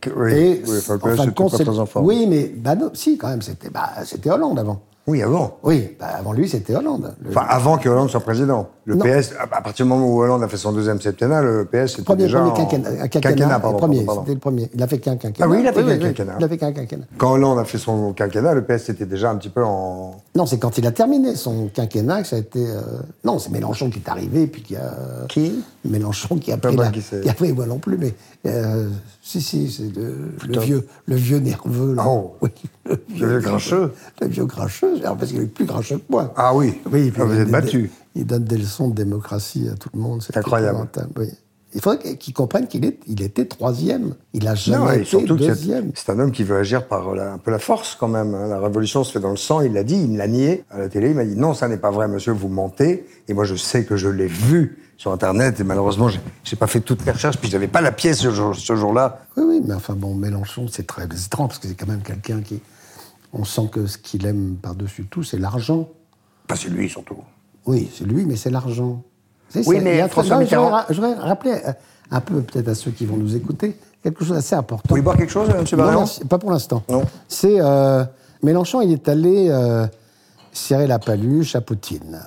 [SPEAKER 1] Que- Oui,
[SPEAKER 2] Et
[SPEAKER 1] oui, enfin, le
[SPEAKER 2] en
[SPEAKER 1] PS,
[SPEAKER 2] fin de
[SPEAKER 1] c'était
[SPEAKER 2] compte,
[SPEAKER 1] pas
[SPEAKER 2] c'est-
[SPEAKER 1] très en forme.
[SPEAKER 2] oui, mais bah non, si quand même, c'était bah, c'était Hollande avant.
[SPEAKER 1] Oui, avant.
[SPEAKER 2] Oui, bah, avant lui, c'était Hollande. Le
[SPEAKER 1] Enfin, avant que Hollande soit président. Le
[SPEAKER 2] Non.
[SPEAKER 1] PS, à à partir du moment où Hollande a fait son deuxième septennat, le PS était
[SPEAKER 2] premier,
[SPEAKER 1] déjà
[SPEAKER 2] premier
[SPEAKER 1] en-
[SPEAKER 2] quinquennat, un quinquennat,
[SPEAKER 1] quinquennat,
[SPEAKER 2] le
[SPEAKER 1] pardon,
[SPEAKER 2] premier,
[SPEAKER 1] pardon, pardon.
[SPEAKER 2] c'était le premier. Il a fait qu'un quinquennat.
[SPEAKER 1] Ah oui, il a fait qu'un
[SPEAKER 2] oui,
[SPEAKER 1] quinquennat.
[SPEAKER 2] Il a fait qu'un quinquennat.
[SPEAKER 1] Quand Hollande a fait son quinquennat, le PS était déjà un petit peu en...
[SPEAKER 2] Non, c'est quand il a terminé son quinquennat que ça a été. euh, Non, c'est Mélenchon qui est arrivé, puis qui a.
[SPEAKER 1] Qui
[SPEAKER 2] Mélenchon qui a
[SPEAKER 1] Pas
[SPEAKER 2] pris.
[SPEAKER 1] moi
[SPEAKER 2] La...
[SPEAKER 1] qui sais.
[SPEAKER 2] qui a pris, moi non plus, mais euh, si, si, c'est le, le vieux, le vieux nerveux. Là.
[SPEAKER 1] Oh.
[SPEAKER 2] [LAUGHS] oui, le
[SPEAKER 1] vieux grincheux.
[SPEAKER 2] Le vieux grincheux, alors, parce qu'il est plus grincheux que moi.
[SPEAKER 1] Ah oui,
[SPEAKER 2] Oui, puis
[SPEAKER 1] Ah, vous
[SPEAKER 2] il
[SPEAKER 1] êtes
[SPEAKER 2] donne
[SPEAKER 1] battu.
[SPEAKER 2] des- Il donne des leçons de démocratie à tout le monde. C'est
[SPEAKER 1] Incroyable.
[SPEAKER 2] épouvantable, oui. Il faudrait qu'ils comprennent qu'il est, il était troisième. Il a jamais
[SPEAKER 1] Non, et
[SPEAKER 2] été
[SPEAKER 1] surtout que c'est
[SPEAKER 2] deuxième.
[SPEAKER 1] c'est un homme qui veut agir par euh, la- un peu la force quand même. hein. La révolution se fait dans le sang, il l'a dit, il me l'a nié à la télé, il m'a dit non, ça n'est pas vrai monsieur, vous mentez. Et moi je sais que je l'ai vu sur Internet et malheureusement j'ai- j'ai pas fait toutes mes recherches puis j'avais pas la pièce ce jour- ce jour-là.
[SPEAKER 2] Oui, oui, mais enfin bon, Mélenchon, c'est très étrange parce que c'est quand même quelqu'un qui. On sent que ce qu'il aime par-dessus tout, c'est l'argent.
[SPEAKER 1] pas c'est lui surtout.
[SPEAKER 2] Oui, c'est lui, mais c'est l'argent. C'est-
[SPEAKER 1] Oui,
[SPEAKER 2] c'est-
[SPEAKER 1] mais
[SPEAKER 2] il y a-
[SPEAKER 1] François
[SPEAKER 2] Non, je
[SPEAKER 1] Mitterrand-
[SPEAKER 2] voudrais ra- Je voudrais rappeler euh, un peu, peut-être à ceux qui vont nous écouter, quelque chose d'assez important.
[SPEAKER 1] Vous voulez boire quelque chose euh, monsieur
[SPEAKER 2] Non,
[SPEAKER 1] Barillon
[SPEAKER 2] merci, pas pour l'instant.
[SPEAKER 1] Non.
[SPEAKER 2] C'est euh, Mélenchon, il est allé euh, serrer la paluche à Poutine.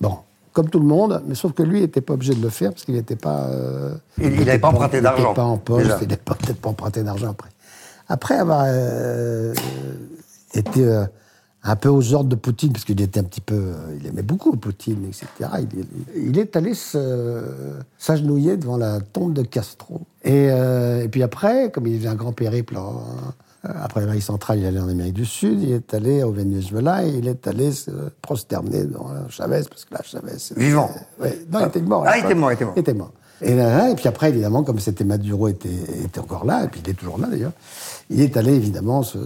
[SPEAKER 2] Bon, comme tout le monde, mais sauf que lui n'était pas obligé de le faire parce qu'il n'était pas. euh,
[SPEAKER 1] Il- il
[SPEAKER 2] était
[SPEAKER 1] avait pas emprunté
[SPEAKER 2] il était
[SPEAKER 1] d'argent,
[SPEAKER 2] Pas en poche,
[SPEAKER 1] déjà.
[SPEAKER 2] il n'avait pas- peut-être pas emprunté d'argent après. Après avoir euh, été euh, un peu aux ordres de Poutine, parce qu'il était un petit peu, euh, il aimait beaucoup Poutine, etc. Il, il- il est allé se- s'agenouiller devant la tombe de Castro. Et, euh, et puis après, comme il faisait un grand périple en- euh, après l'Amérique centrale, il allait en Amérique du Sud, il est allé au Venezuela et il est allé se prosterner devant Chavez, parce que là, Chavez. c'était-
[SPEAKER 1] Vivant.
[SPEAKER 2] Ouais. Non, il était mort.
[SPEAKER 1] Ah, il était mort, il était mort.
[SPEAKER 2] Il était mort. Et, là, là, et puis après, évidemment, comme c'était Maduro était, était encore là, et puis il est toujours là d'ailleurs, il est allé évidemment se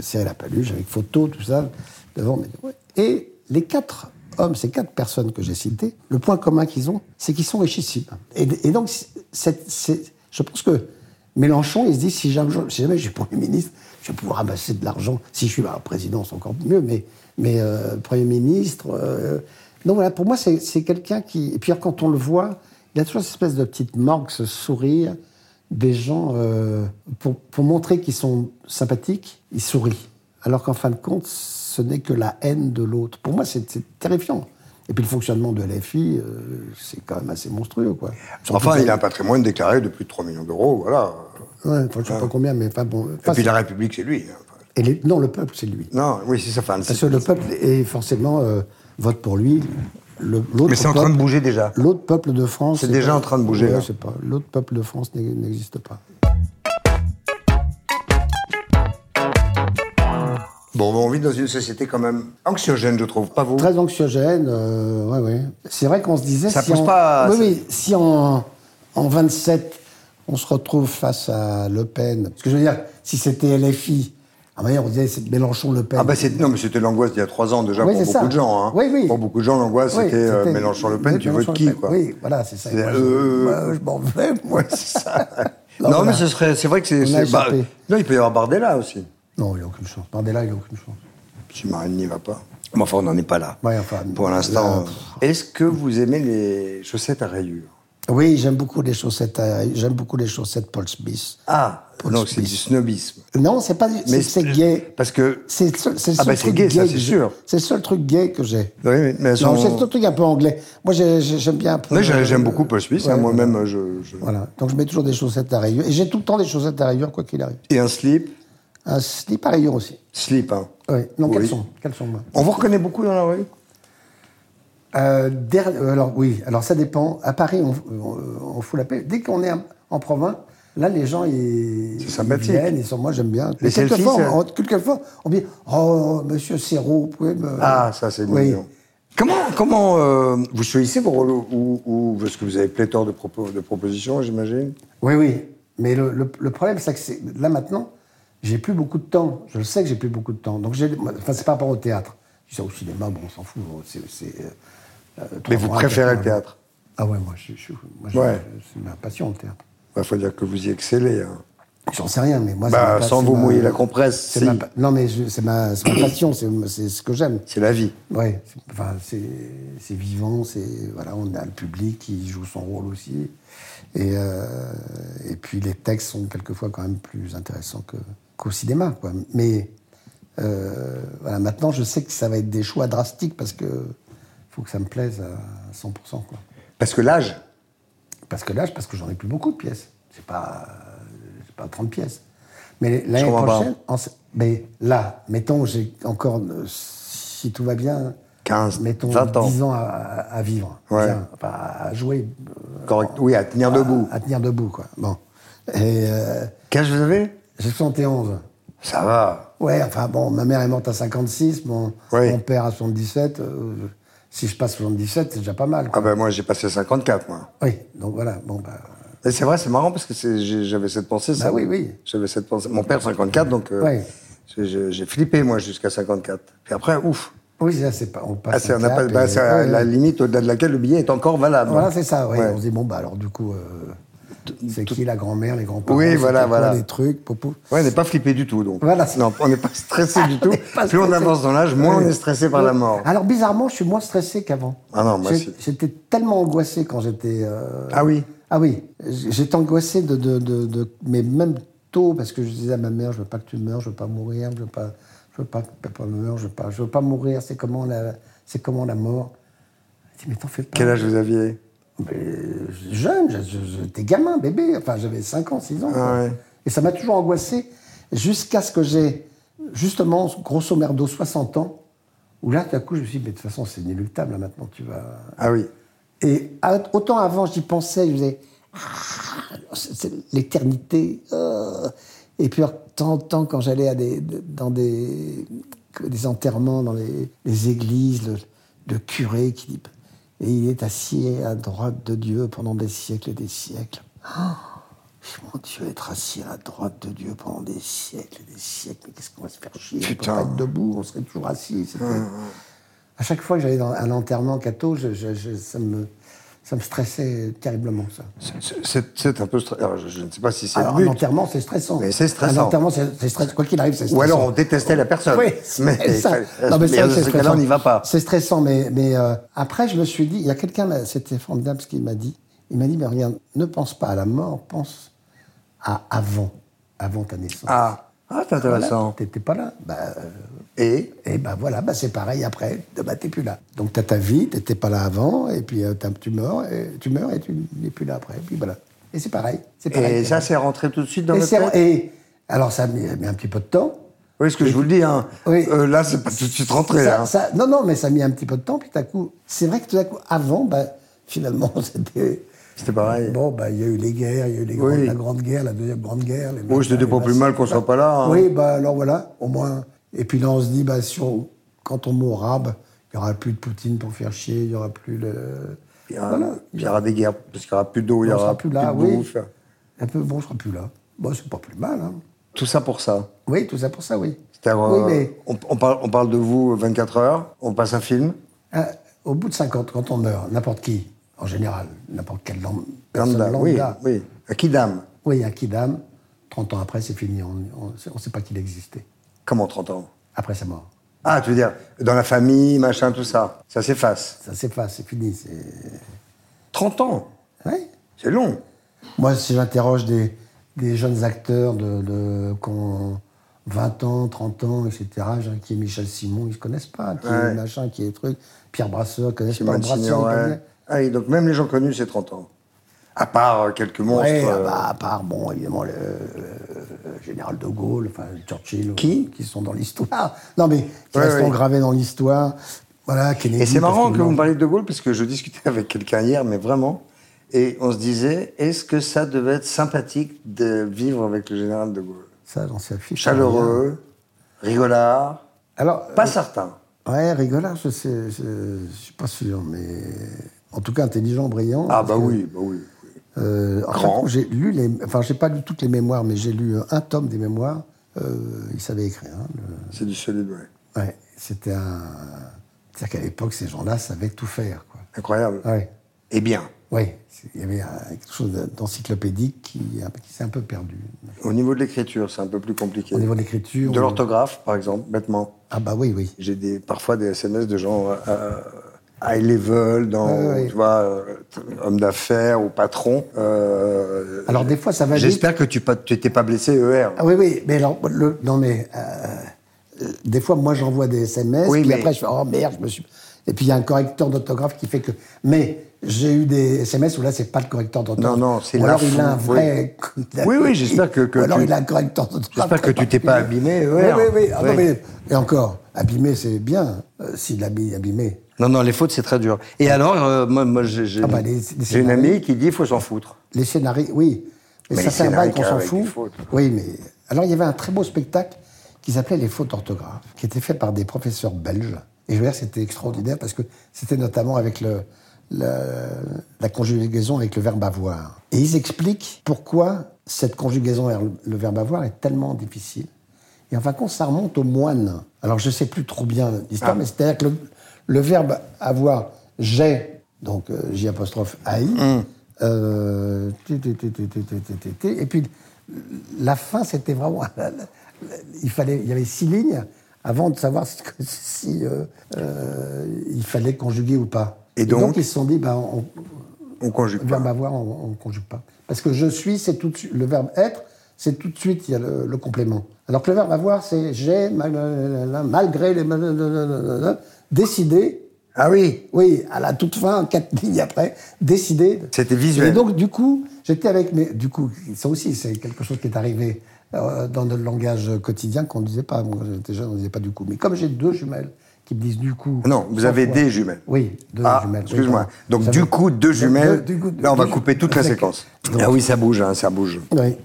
[SPEAKER 2] serrer la paluche avec photos, tout ça, devant Maduro. Et les quatre hommes, ces quatre personnes que j'ai citées, le point commun qu'ils ont, c'est qu'ils sont richissimes. Et, et donc, c'est- c'est- je pense que Mélenchon, il se dit, si jamais, si jamais je suis Premier ministre, je vais pouvoir amasser de l'argent. Si je suis bah, président, c'est encore mieux, mais, mais euh, Premier ministre... euh, donc voilà, pour moi, c'est c'est quelqu'un qui... Et puis alors, quand on le voit, il a toujours cette espèce de petite morgue, ce sourire des gens, euh, pour, pour montrer qu'ils sont sympathiques, ils sourient. Alors qu'en fin de compte, ce n'est que la haine de l'autre. Pour moi, c'est c'est terrifiant. Et puis le fonctionnement de LFI, euh, c'est quand même assez monstrueux, quoi. Surtout
[SPEAKER 1] Enfin,
[SPEAKER 2] que-
[SPEAKER 1] il a un patrimoine déclaré de plus de 3 millions d'euros, voilà.
[SPEAKER 2] Ouais, enfin, je sais pas combien, mais enfin bon.
[SPEAKER 1] Et
[SPEAKER 2] enfin,
[SPEAKER 1] puis la République, c'est lui. hein.
[SPEAKER 2] c'est- et les- non, le peuple, c'est lui.
[SPEAKER 1] Non, oui, c'est ça. Enfin,
[SPEAKER 2] Parce
[SPEAKER 1] c'est-
[SPEAKER 2] que le peuple est forcément euh, vote pour lui. Le- l'autre
[SPEAKER 1] Mais c'est en train
[SPEAKER 2] peuple-
[SPEAKER 1] de bouger déjà.
[SPEAKER 2] L'autre peuple de France.
[SPEAKER 1] C'est déjà en train de bouger,
[SPEAKER 2] Ouais,
[SPEAKER 1] là.
[SPEAKER 2] Je sais pas. L'autre peuple de France n'ex- n'existe pas.
[SPEAKER 1] Bon, on vit dans une société quand même anxiogène, je trouve, pas vous
[SPEAKER 2] Très anxiogène, euh, ouais, ouais. C'est vrai qu'on se disait.
[SPEAKER 1] Ça
[SPEAKER 2] si
[SPEAKER 1] pousse
[SPEAKER 2] on-
[SPEAKER 1] pas,
[SPEAKER 2] Oui,
[SPEAKER 1] ça-
[SPEAKER 2] oui, si en, en 27, on se retrouve face à Le Pen. Ce que je veux dire, si c'était LFI, ah, ouais, on disait c'est Mélenchon-Le Pen.
[SPEAKER 1] Ah bah c'est- non, mais c'était l'angoisse d'il y a trois ans déjà
[SPEAKER 2] Oui,
[SPEAKER 1] pour
[SPEAKER 2] c'est
[SPEAKER 1] beaucoup
[SPEAKER 2] ça.
[SPEAKER 1] de gens. Hein.
[SPEAKER 2] Oui, oui.
[SPEAKER 1] Pour beaucoup de gens, l'angoisse,
[SPEAKER 2] Oui,
[SPEAKER 1] c'était euh,
[SPEAKER 2] c'était-
[SPEAKER 1] Mélenchon-Le Pen,
[SPEAKER 2] oui,
[SPEAKER 1] tu votes
[SPEAKER 2] Mélenchon-Le
[SPEAKER 1] qui,
[SPEAKER 2] Pen.
[SPEAKER 1] quoi
[SPEAKER 2] Oui,
[SPEAKER 1] [LAUGHS]
[SPEAKER 2] voilà, c'est ça.
[SPEAKER 1] C'est-
[SPEAKER 2] Moi, je-
[SPEAKER 1] euh,
[SPEAKER 2] moi, je m'en vais, moi.
[SPEAKER 1] c'est ça.
[SPEAKER 2] [LAUGHS] Non,
[SPEAKER 1] non,
[SPEAKER 2] voilà.
[SPEAKER 1] mais ce serait, c'est vrai que c'est.
[SPEAKER 2] On a
[SPEAKER 1] c'est- bah,
[SPEAKER 2] échappé.
[SPEAKER 1] non, il peut y avoir Bardella aussi.
[SPEAKER 2] Non, il n'a aucune chance. Mandela, il n'a aucune chance.
[SPEAKER 1] Si Marine n'y va pas. Mais enfin, on n'en est pas là.
[SPEAKER 2] Ouais, enfin,
[SPEAKER 1] pour
[SPEAKER 2] là,
[SPEAKER 1] l'instant.
[SPEAKER 2] pff.
[SPEAKER 1] euh, Est-ce que vous aimez les chaussettes à rayures
[SPEAKER 2] Oui, j'aime beaucoup les chaussettes. à- J'aime beaucoup les chaussettes Paul Smith.
[SPEAKER 1] Ah,
[SPEAKER 2] Paul
[SPEAKER 1] donc c'est
[SPEAKER 2] Smith.
[SPEAKER 1] du snobisme.
[SPEAKER 2] Non, c'est pas. du- C'est c'est gay.
[SPEAKER 1] Parce que.
[SPEAKER 2] C'est le seul, c'est le
[SPEAKER 1] Ah
[SPEAKER 2] seul
[SPEAKER 1] bah, c'est
[SPEAKER 2] truc
[SPEAKER 1] gay, ça, c'est
[SPEAKER 2] que j'ai.
[SPEAKER 1] sûr.
[SPEAKER 2] C'est le seul truc gay que j'ai.
[SPEAKER 1] Oui, mais- mais elles sont-
[SPEAKER 2] Non, c'est le seul truc un peu anglais. Moi, j'ai- j'ai- j'aime bien un peu.
[SPEAKER 1] Mais
[SPEAKER 2] le-
[SPEAKER 1] j'ai- j'aime beaucoup Paul Smith. hein,
[SPEAKER 2] Ouais,
[SPEAKER 1] Moi-même, je, je-
[SPEAKER 2] Voilà. Donc, je mets toujours des chaussettes à rayures. Et j'ai tout le temps des chaussettes à rayures, quoi qu'il arrive.
[SPEAKER 1] Et un slip.
[SPEAKER 2] Un slip à rayures aussi.
[SPEAKER 1] Slip, hein.
[SPEAKER 2] Ouais. Non,
[SPEAKER 1] Oui.
[SPEAKER 2] quelles sont Quelles sont, moi
[SPEAKER 1] On vous reconnaît beaucoup dans la rue
[SPEAKER 2] Euh, derni- euh, alors oui, alors ça dépend. À Paris, on, on- on fout la paix. Dès qu'on est en- en province, là, les gens, ils,
[SPEAKER 1] C'est
[SPEAKER 2] ils
[SPEAKER 1] sympathique.
[SPEAKER 2] viennent, ils sont, moi, j'aime bien. Mais
[SPEAKER 1] selfies,
[SPEAKER 2] quelquefois,
[SPEAKER 1] ça-
[SPEAKER 2] on, on- quelquefois, on me dit, oh, monsieur Serrault, vous pouvez me...
[SPEAKER 1] Ah, ça, c'est
[SPEAKER 2] Oui.
[SPEAKER 1] mignon. Comment, comment euh, vous choisissez vos rôles ou, ou- parce que vous avez pléthore de, propos, de propositions, j'imagine
[SPEAKER 2] Oui, oui. Mais le, le- le problème, c'est que c'est- là maintenant, j'ai plus beaucoup de temps. Je le sais que j'ai plus beaucoup de temps. Donc, j'ai- moi, enfin, c'est par rapport au théâtre. Je sais, au cinéma, bon, on s'en fout. C'est, c'est, euh, euh, trois
[SPEAKER 1] vous
[SPEAKER 2] mois,
[SPEAKER 1] préférez le
[SPEAKER 2] quatre mois.
[SPEAKER 1] théâtre
[SPEAKER 2] Ah ouais, moi, je, je- moi, je-
[SPEAKER 1] Ouais.
[SPEAKER 2] c'est ma passion, le théâtre.
[SPEAKER 1] Il Bah, faut dire que vous y excellez. hein.
[SPEAKER 2] J'en sais rien, mais moi, c'est
[SPEAKER 1] Bah,
[SPEAKER 2] ma pa-
[SPEAKER 1] sans
[SPEAKER 2] c'est
[SPEAKER 1] vous
[SPEAKER 2] ma-
[SPEAKER 1] mouiller la compresse,
[SPEAKER 2] c'est
[SPEAKER 1] si.
[SPEAKER 2] ma pa- non, mais je- c'est ma, c'est ma passion, c'est c'est ce que j'aime.
[SPEAKER 1] C'est la vie.
[SPEAKER 2] Ouais, c'est- enfin, c'est c'est vivant, c'est voilà, on a le public qui joue son rôle aussi, et euh, et puis les textes sont quelquefois quand même plus intéressants que qu'au cinéma, quoi. Mais euh, voilà, maintenant, je sais que ça va être des choix drastiques parce que faut que ça me plaise à 100%, quoi.
[SPEAKER 1] Parce que l'âge,
[SPEAKER 2] Parce que là, parce que j'en ai plus beaucoup de pièces. C'est pas, euh, c'est pas 30 pièces. Mais l'année
[SPEAKER 1] comprends pas.
[SPEAKER 2] prochaine, en se- mais là, mettons, j'ai encore, euh, si tout va bien,
[SPEAKER 1] 15,
[SPEAKER 2] mettons
[SPEAKER 1] 20 ans.
[SPEAKER 2] 10 ans à, à vivre,
[SPEAKER 1] Ouais.
[SPEAKER 2] Tiens, enfin, à jouer, euh,
[SPEAKER 1] correct. Oui, à tenir debout.
[SPEAKER 2] à, à tenir debout, quoi. Bon, et euh,
[SPEAKER 1] ah. Quel âge vous avez
[SPEAKER 2] j'ai 71.
[SPEAKER 1] Ça va.
[SPEAKER 2] Ouais, enfin bon, ma mère est morte à 56, mon,
[SPEAKER 1] Oui.
[SPEAKER 2] mon père à 77. euh, si je passe 77, c'est déjà pas mal.
[SPEAKER 1] Ah
[SPEAKER 2] Quoi.
[SPEAKER 1] ben moi, j'ai passé 54, moi.
[SPEAKER 2] Oui, donc voilà. Bon, bah,
[SPEAKER 1] Et c'est vrai, c'est marrant parce que c'est- j'ai- j'avais cette pensée. ça.
[SPEAKER 2] Bah oui, oui.
[SPEAKER 1] J'avais cette pensée. Mon père, 54, donc euh,
[SPEAKER 2] Ouais.
[SPEAKER 1] j'ai- j'ai j'ai flippé, moi, jusqu'à 54. Puis après, ouf.
[SPEAKER 2] oui, là, c'est pas, on passe.
[SPEAKER 1] Ah, c'est
[SPEAKER 2] un
[SPEAKER 1] un appel-
[SPEAKER 2] cap
[SPEAKER 1] bah,
[SPEAKER 2] et-
[SPEAKER 1] c'est à
[SPEAKER 2] ouais,
[SPEAKER 1] la
[SPEAKER 2] ouais.
[SPEAKER 1] limite au-delà de laquelle le billet est encore valable. hein.
[SPEAKER 2] Voilà, c'est ça. ouais.
[SPEAKER 1] Ouais.
[SPEAKER 2] On se dit, bon, bah alors du coup, euh, c'est qui la grand-mère, les grands-parents
[SPEAKER 1] Oui,
[SPEAKER 2] c'est
[SPEAKER 1] voilà,
[SPEAKER 2] quoi,
[SPEAKER 1] voilà.
[SPEAKER 2] Les trucs, popo.
[SPEAKER 1] Ouais, on n'est pas flippé du tout, donc.
[SPEAKER 2] Voilà.
[SPEAKER 1] Non, on n'est pas stressé
[SPEAKER 2] [LAUGHS]
[SPEAKER 1] du tout.
[SPEAKER 2] pas
[SPEAKER 1] Plus on
[SPEAKER 2] stressé. Ah.
[SPEAKER 1] avance dans l'âge, moins on est stressé par la mort.
[SPEAKER 2] Alors bizarrement, je suis moins stressé qu'avant.
[SPEAKER 1] Ah non, moi,
[SPEAKER 2] J'ai-
[SPEAKER 1] si.
[SPEAKER 2] J'étais tellement angoissé quand j'étais. euh,
[SPEAKER 1] Ah oui.
[SPEAKER 2] Ah oui, j'étais angoissé de, de, de, de- mais même tôt parce que je disais à ma mère, je veux pas que tu meurs, je veux pas mourir, je veux pas, je veux pas que papa meure, je veux pas, je veux pas mourir. C'est comment la, c'est comment la mort. Elle dit mais t'en fais pas.
[SPEAKER 1] Quel âge vous aviez
[SPEAKER 2] Euh, jeune, je- je- j'étais gamin, bébé, enfin j'avais 5 ans, 6 ans. quoi.
[SPEAKER 1] Ah ouais.
[SPEAKER 2] Et ça m'a toujours angoissé jusqu'à ce que j'ai, justement, grosso merdo, 60 ans, où là, tout à coup, je me suis dit, mais de toute façon, c'est inéluctable, là, maintenant, tu vas.
[SPEAKER 1] Ah oui.
[SPEAKER 2] Et à- autant avant, j'y pensais, je faisais, Ah, c'est c'est l'éternité. euh. Et puis, alors, de temps en temps, quand j'allais à des, dans des, des enterrements, dans les, les églises, le, le curé qui dit, Et il est assis à droite de Dieu pendant des siècles et des siècles. Oh, mon Dieu, être assis à la droite de Dieu pendant des siècles et des siècles, mais qu'est-ce qu'on va se faire chier
[SPEAKER 1] Putain.
[SPEAKER 2] On peut pas être debout, on serait toujours assis. c'était- À chaque fois que j'allais dans- à l'enterrement catho, je- je- je- ça, me, ça me stressait terriblement, ça.
[SPEAKER 1] C'est- C'est c'est un peu. stra- alors, je, je ne sais pas si c'est
[SPEAKER 2] Alors,
[SPEAKER 1] le
[SPEAKER 2] un
[SPEAKER 1] but.
[SPEAKER 2] enterrement, c'est stressant.
[SPEAKER 1] Mais c'est stressant.
[SPEAKER 2] Un enterrement, c'est c'est stressant. Quoi qu'il arrive, c'est stressant.
[SPEAKER 1] Ou alors on détestait la personne.
[SPEAKER 2] Oui, c'est
[SPEAKER 1] [LAUGHS] mais il
[SPEAKER 2] ça.
[SPEAKER 1] fallait-
[SPEAKER 2] Non, mais c'est
[SPEAKER 1] mais
[SPEAKER 2] vrai
[SPEAKER 1] dans
[SPEAKER 2] que c'est
[SPEAKER 1] ce cas-là,
[SPEAKER 2] stressant.
[SPEAKER 1] on n'y va pas.
[SPEAKER 2] C'est stressant, mais, mais euh, après, je me suis dit, il y a quelqu'un, là, c'était formidable ce qu'il m'a dit. Il m'a dit, mais regarde, ne pense pas à la mort, pense à avant, avant ta naissance.
[SPEAKER 1] Ah, ah c'est
[SPEAKER 2] Voilà,
[SPEAKER 1] intéressant.
[SPEAKER 2] T'étais pas là. Bah, euh,
[SPEAKER 1] Et
[SPEAKER 2] et ben voilà, bah c'est pareil après, bah t'es plus là. Donc t'as ta vie, t'étais pas là avant, et puis euh, t'as- tu meurs, et tu meurs et tu n'es plus là après. Et puis voilà. Et c'est pareil. C'est pareil.
[SPEAKER 1] Et ça, c'est rentré tout de suite dans
[SPEAKER 2] Et
[SPEAKER 1] votre
[SPEAKER 2] c'est-
[SPEAKER 1] tête
[SPEAKER 2] et- alors ça met, met un petit peu de temps.
[SPEAKER 1] Oui, ce que je vous le dis, hein.
[SPEAKER 2] Oui.
[SPEAKER 1] Euh, là, c'est pas tout de suite rentré.
[SPEAKER 2] Ça-
[SPEAKER 1] hein.
[SPEAKER 2] ça- non, non, mais ça a mis un petit peu de temps, puis tout à coup, c'est vrai que tout à coup, avant, bah, finalement, [LAUGHS] c'était.
[SPEAKER 1] C'était pareil.
[SPEAKER 2] Bon, bah, il y a eu les guerres, il y a eu les
[SPEAKER 1] Oui.
[SPEAKER 2] grandes- la Grande Guerre, la Deuxième Grande Guerre. les- bah,
[SPEAKER 1] Oui, Oh, je te dis pas
[SPEAKER 2] les-
[SPEAKER 1] plus mal qu'on soit pas là, hein.
[SPEAKER 2] Oui, bah, alors voilà, au moins. Et puis là, on se dit, bah, si on- quand on mourra, bah, il y aura plus de Poutine pour faire chier, il y aura plus le.
[SPEAKER 1] Il y, aura, il y aura des guerres, parce qu'il n'y aura plus d'eau, il y
[SPEAKER 2] on
[SPEAKER 1] aura
[SPEAKER 2] sera plus
[SPEAKER 1] plus
[SPEAKER 2] là,
[SPEAKER 1] de
[SPEAKER 2] oui.
[SPEAKER 1] bouffe.
[SPEAKER 2] Un peu, bon, on sera plus là. Bon, c'est pas plus mal, hein.
[SPEAKER 1] Tout ça pour ça.
[SPEAKER 2] Oui, tout ça pour ça, oui.
[SPEAKER 1] C'est-à-dire,
[SPEAKER 2] Oui,
[SPEAKER 1] euh,
[SPEAKER 2] mais
[SPEAKER 1] on, on parle, on parle de vous 24 heures, on passe un film.
[SPEAKER 2] Ah, au bout de 50, quand on meurt, n'importe qui, en général, n'importe quelle lam- personne
[SPEAKER 1] Lambda,
[SPEAKER 2] lambda,
[SPEAKER 1] oui, oui. À qui dame
[SPEAKER 2] Oui, à Kidam, 30 ans après, c'est fini, on ne sait pas qu'il existait,
[SPEAKER 1] Comment 30 ans
[SPEAKER 2] après sa mort.
[SPEAKER 1] Ah, tu veux dire, dans la famille, machin, tout ça. Ça s'efface.
[SPEAKER 2] Ça s'efface, c'est fini. c'est-
[SPEAKER 1] 30 ans
[SPEAKER 2] Ouais.
[SPEAKER 1] C'est long.
[SPEAKER 2] Moi, si j'interroge des, des jeunes acteurs de, de- qui ont 20 ans, 30 ans, etc., genre, qui est Michel Simon, ils ne connaissent pas, qui
[SPEAKER 1] Ouais.
[SPEAKER 2] est machin, qui est truc, Pierre Brasseur, ils connaissent pas
[SPEAKER 1] Simone
[SPEAKER 2] Brasseur, ils
[SPEAKER 1] Signoret.
[SPEAKER 2] connaissent-
[SPEAKER 1] Ah oui, donc même les gens connus, c'est 30 ans. À part euh, quelques monstres.
[SPEAKER 2] Ouais, ah
[SPEAKER 1] euh,
[SPEAKER 2] bah, à part, bon, évidemment, le, le général de Gaulle, enfin, Churchill.
[SPEAKER 1] Qui
[SPEAKER 2] Qui sont dans l'histoire. Non, mais qui
[SPEAKER 1] Ouais,
[SPEAKER 2] resteront
[SPEAKER 1] ouais.
[SPEAKER 2] gravés dans l'histoire. Voilà, Kennedy.
[SPEAKER 1] Et c'est
[SPEAKER 2] parce
[SPEAKER 1] marrant que vous
[SPEAKER 2] non.
[SPEAKER 1] me parliez de De Gaulle, parce que je discutais [LAUGHS] avec quelqu'un hier, mais vraiment, et on se disait, est-ce que ça devait être sympathique de vivre avec le général De Gaulle
[SPEAKER 2] Ça, j'en sais affiche.
[SPEAKER 1] Chaleureux, rigolard,
[SPEAKER 2] Alors,
[SPEAKER 1] pas certain.
[SPEAKER 2] ouais, rigolard, je sais, je, je suis pas sûr, mais en tout cas intelligent, brillant.
[SPEAKER 1] Ah
[SPEAKER 2] parce
[SPEAKER 1] bah
[SPEAKER 2] que,
[SPEAKER 1] oui, bah oui. oui.
[SPEAKER 2] euh, en
[SPEAKER 1] Grand.
[SPEAKER 2] fait, J'ai lu les, enfin, j'ai pas lu toutes les mémoires, mais j'ai lu euh, un tome des mémoires. Euh, il savait écrire. hein, le-
[SPEAKER 1] C'est du solide, ouais.
[SPEAKER 2] Ouais, c'était un. C'est-à-dire qu'à l'époque, ces gens-là savaient tout faire, quoi.
[SPEAKER 1] Incroyable.
[SPEAKER 2] Ouais.
[SPEAKER 1] Et bien,
[SPEAKER 2] Oui, il y avait un- quelque chose d'encyclopédique qui, euh, qui s'est un peu perdu.
[SPEAKER 1] au niveau de l'écriture, c'est un peu plus compliqué.
[SPEAKER 2] Au niveau de l'écriture.
[SPEAKER 1] De
[SPEAKER 2] on-
[SPEAKER 1] l'orthographe, par exemple, bêtement.
[SPEAKER 2] Ah bah oui, oui.
[SPEAKER 1] J'ai des, parfois des SMS de gens euh, high level, dans,
[SPEAKER 2] Ouais, ouais.
[SPEAKER 1] tu vois, euh, homme d'affaires ou patron. euh,
[SPEAKER 2] Alors des fois, ça va vite.
[SPEAKER 1] J'espère que tu pas- tu n'étais pas blessé ER.
[SPEAKER 2] Ah oui, oui, mais alors, le, non mais, euh, euh, des fois, moi, j'envoie des SMS,
[SPEAKER 1] Oui,
[SPEAKER 2] puis
[SPEAKER 1] mais-
[SPEAKER 2] après, je fais, oh merde, je me suis... Et puis, il y a un correcteur d'autographe qui fait que... Mais j'ai eu des SMS où là, c'est pas le correcteur d'autographe.
[SPEAKER 1] Non, non, c'est
[SPEAKER 2] Ou
[SPEAKER 1] la
[SPEAKER 2] alors, il a un
[SPEAKER 1] fou-
[SPEAKER 2] vrai...
[SPEAKER 1] Oui, oui, j'espère que- que
[SPEAKER 2] Ou alors,
[SPEAKER 1] tu-
[SPEAKER 2] il a un correcteur d'autographe.
[SPEAKER 1] J'espère que
[SPEAKER 2] très
[SPEAKER 1] tu t'es pas
[SPEAKER 2] particulier.
[SPEAKER 1] abîmé, ouais.
[SPEAKER 2] Oui, oui, oui. Ah, non,
[SPEAKER 1] Oui.
[SPEAKER 2] mais- Et encore, abîmé, c'est bien, euh, s'il abîme, abîmé.
[SPEAKER 1] Non, non, les fautes, c'est très dur. Et alors, euh, moi, moi, j'ai j'ai-
[SPEAKER 2] Ah bah, les- les
[SPEAKER 1] j'ai une
[SPEAKER 2] scénarios.
[SPEAKER 1] amie qui dit il faut s'en foutre.
[SPEAKER 2] Les scénarios, oui. Mais,
[SPEAKER 1] Mais les
[SPEAKER 2] ça, c'est un bail
[SPEAKER 1] scénarios
[SPEAKER 2] qu'on s'en
[SPEAKER 1] avec
[SPEAKER 2] fout.
[SPEAKER 1] des fautes.
[SPEAKER 2] Oui, mais. Alors, il y avait un très beau spectacle qui s'appelait Les fautes d'orthographe, qui était fait par des professeurs belges. Et je veux dire, c'était extraordinaire parce que c'était notamment avec le, le- la conjugaison avec le verbe avoir. Et ils expliquent pourquoi cette conjugaison avec le verbe avoir est tellement difficile. Et en fin de compte, ça remonte au moine. Alors, je sais plus trop bien
[SPEAKER 1] Ah.
[SPEAKER 2] l'histoire, mais c'est-à-dire que le, le verbe avoir, j'ai, donc euh, j apostrophe ai,
[SPEAKER 1] Mm.
[SPEAKER 2] euh, tu, tu, tu, tu, tu, tu, tu, tu, tu. et puis la fin, c'était vraiment. [LAUGHS] Il fallait, il y avait six lignes avant de savoir ce que- si euh, euh, il fallait conjuguer ou pas.
[SPEAKER 1] Et donc
[SPEAKER 2] ils se sont dit, bah, on,
[SPEAKER 1] On conjugue
[SPEAKER 2] le
[SPEAKER 1] pas.
[SPEAKER 2] verbe avoir, on ne conjugue pas. Parce que je suis, c'est tout de suite. Le verbe être, c'est tout de suite, il y a le, le complément. Alors que le verbe avoir, c'est j'ai, mal- malgré les. décidé,
[SPEAKER 1] Ah oui
[SPEAKER 2] oui, à la toute fin, quatre [LAUGHS] lignes après, décider.
[SPEAKER 1] C'était visuel.
[SPEAKER 2] Et donc, du coup, j'étais avec mes. Du coup, ça aussi, c'est quelque chose qui est arrivé euh, dans notre langage quotidien qu'on ne disait pas. Moi, quand j'étais jeune, on ne disait pas du coup. Mais comme j'ai deux jumelles qui me disent du coup.
[SPEAKER 1] Non, vous
[SPEAKER 2] cent
[SPEAKER 1] avez
[SPEAKER 2] fois-
[SPEAKER 1] des jumelles.
[SPEAKER 2] Oui, deux
[SPEAKER 1] Ah,
[SPEAKER 2] jumelles. oui,
[SPEAKER 1] excuse-moi.
[SPEAKER 2] pardon.
[SPEAKER 1] Donc,
[SPEAKER 2] Vous
[SPEAKER 1] du
[SPEAKER 2] avez-
[SPEAKER 1] coup, deux
[SPEAKER 2] Donc,
[SPEAKER 1] jumelles.
[SPEAKER 2] du coup, deux-
[SPEAKER 1] Là, on va
[SPEAKER 2] deux
[SPEAKER 1] couper toute la
[SPEAKER 2] jumelles.
[SPEAKER 1] séquence.
[SPEAKER 2] Donc,
[SPEAKER 1] Ah oui, ça bouge, hein, ça bouge.
[SPEAKER 2] oui.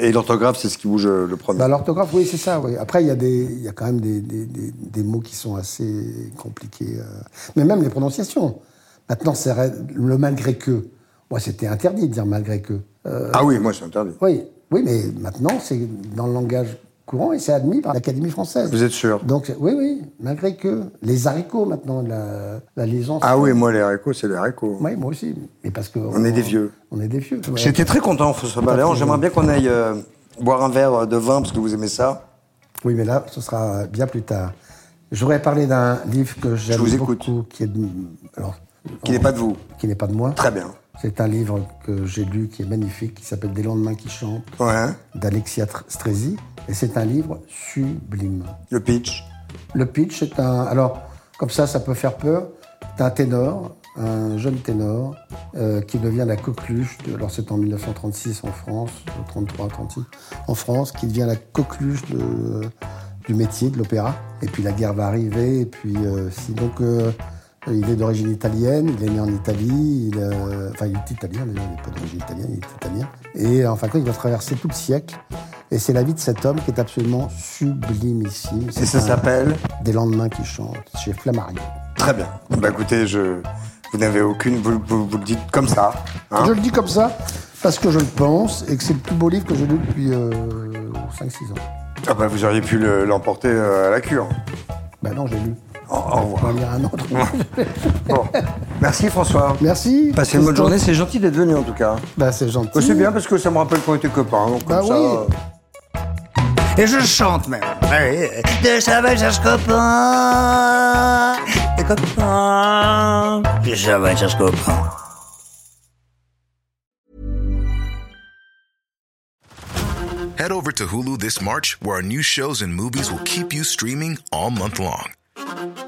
[SPEAKER 1] Et l'orthographe, c'est ce qui bouge euh, le premier.
[SPEAKER 2] Bah, l'orthographe, oui, c'est ça. Oui. Après, il y, a des- il y a quand même des, des- des- des mots qui sont assez compliqués. euh. Mais même les prononciations. Maintenant, c'est le malgré que. Moi, c'était interdit de dire malgré que. Euh,
[SPEAKER 1] Ah oui, moi c'est interdit.
[SPEAKER 2] oui, oui, mais maintenant, c'est dans le langage courant et c'est admis par l'Académie française.
[SPEAKER 1] Vous êtes sûr
[SPEAKER 2] Donc, oui, oui, malgré que. Les haricots, maintenant, la, la liaison.
[SPEAKER 1] Ah oui, moi les haricots, c'est les haricots.
[SPEAKER 2] Oui, moi aussi. Mais parce que
[SPEAKER 1] On est des vieux.
[SPEAKER 2] On est des vieux. ouais.
[SPEAKER 1] J'étais très content, François Baléon. J'aimerais bien qu'on aille euh, boire un verre de vin parce que vous aimez ça.
[SPEAKER 2] Oui, mais là, ce sera bien plus tard. J'aurais parlé d'un livre que j'aime
[SPEAKER 1] vous
[SPEAKER 2] beaucoup,
[SPEAKER 1] écoute.
[SPEAKER 2] qui est de, alors,
[SPEAKER 1] Qui n'est pas de vous.
[SPEAKER 2] qui n'est pas de moi.
[SPEAKER 1] Très bien.
[SPEAKER 2] C'est un livre que j'ai lu qui est magnifique, qui s'appelle Des lendemains qui chantent,
[SPEAKER 1] Ouais.
[SPEAKER 2] d'Alexia Tr- Strezi. Et c'est un livre sublime.
[SPEAKER 1] Le pitch.
[SPEAKER 2] Le pitch est un. Alors, comme ça, ça peut faire peur. C'est un ténor, un jeune ténor, euh, qui devient la coqueluche. de- alors, c'est en 1936 en France, 33-36, en France, qui devient la coqueluche de- euh, du métier, de l'opéra. Et puis, la guerre va arriver. Et puis, euh, si. Donc. euh, il est d'origine italienne, il est né en Italie, il, euh, enfin il est italien, d'ailleurs, il n'est pas d'origine italienne, il est italien. Et euh, enfin, quand il va traverser tout le siècle, et c'est la vie de cet homme qui est absolument sublimissime.
[SPEAKER 1] Et ça
[SPEAKER 2] un-
[SPEAKER 1] s'appelle
[SPEAKER 2] des lendemains qui chantent chez Flammarion.
[SPEAKER 1] Très bien. Bah écoutez, je... vous n'avez aucune. Vous, vous- vous le dites comme ça. hein.
[SPEAKER 2] je le dis comme ça parce que je le pense et que c'est le plus beau livre que j'ai lu depuis euh, 5-6 ans.
[SPEAKER 1] Ah bah, vous auriez pu le- l'emporter euh, à la cure.
[SPEAKER 2] Ben non, j'ai lu.
[SPEAKER 1] Au, au
[SPEAKER 2] [LAUGHS] On va
[SPEAKER 1] revoir.
[SPEAKER 2] lire un autre.
[SPEAKER 1] Bon. Merci François.
[SPEAKER 2] Merci.
[SPEAKER 1] Passez une bonne
[SPEAKER 2] Christophe.
[SPEAKER 1] journée. C'est gentil d'être venu en tout cas.
[SPEAKER 2] Ben, c'est gentil.
[SPEAKER 1] Oh, C'est bien parce que ça me rappelle qu'on était copains. donc comme
[SPEAKER 2] Bah
[SPEAKER 1] ça,
[SPEAKER 2] oui.
[SPEAKER 1] euh,
[SPEAKER 3] Et je chante même. Ouais, De Savage à copain. Des copains. De Savage à copain.
[SPEAKER 4] Head over to Hulu this March, where our new shows and movies will keep you streaming all month long.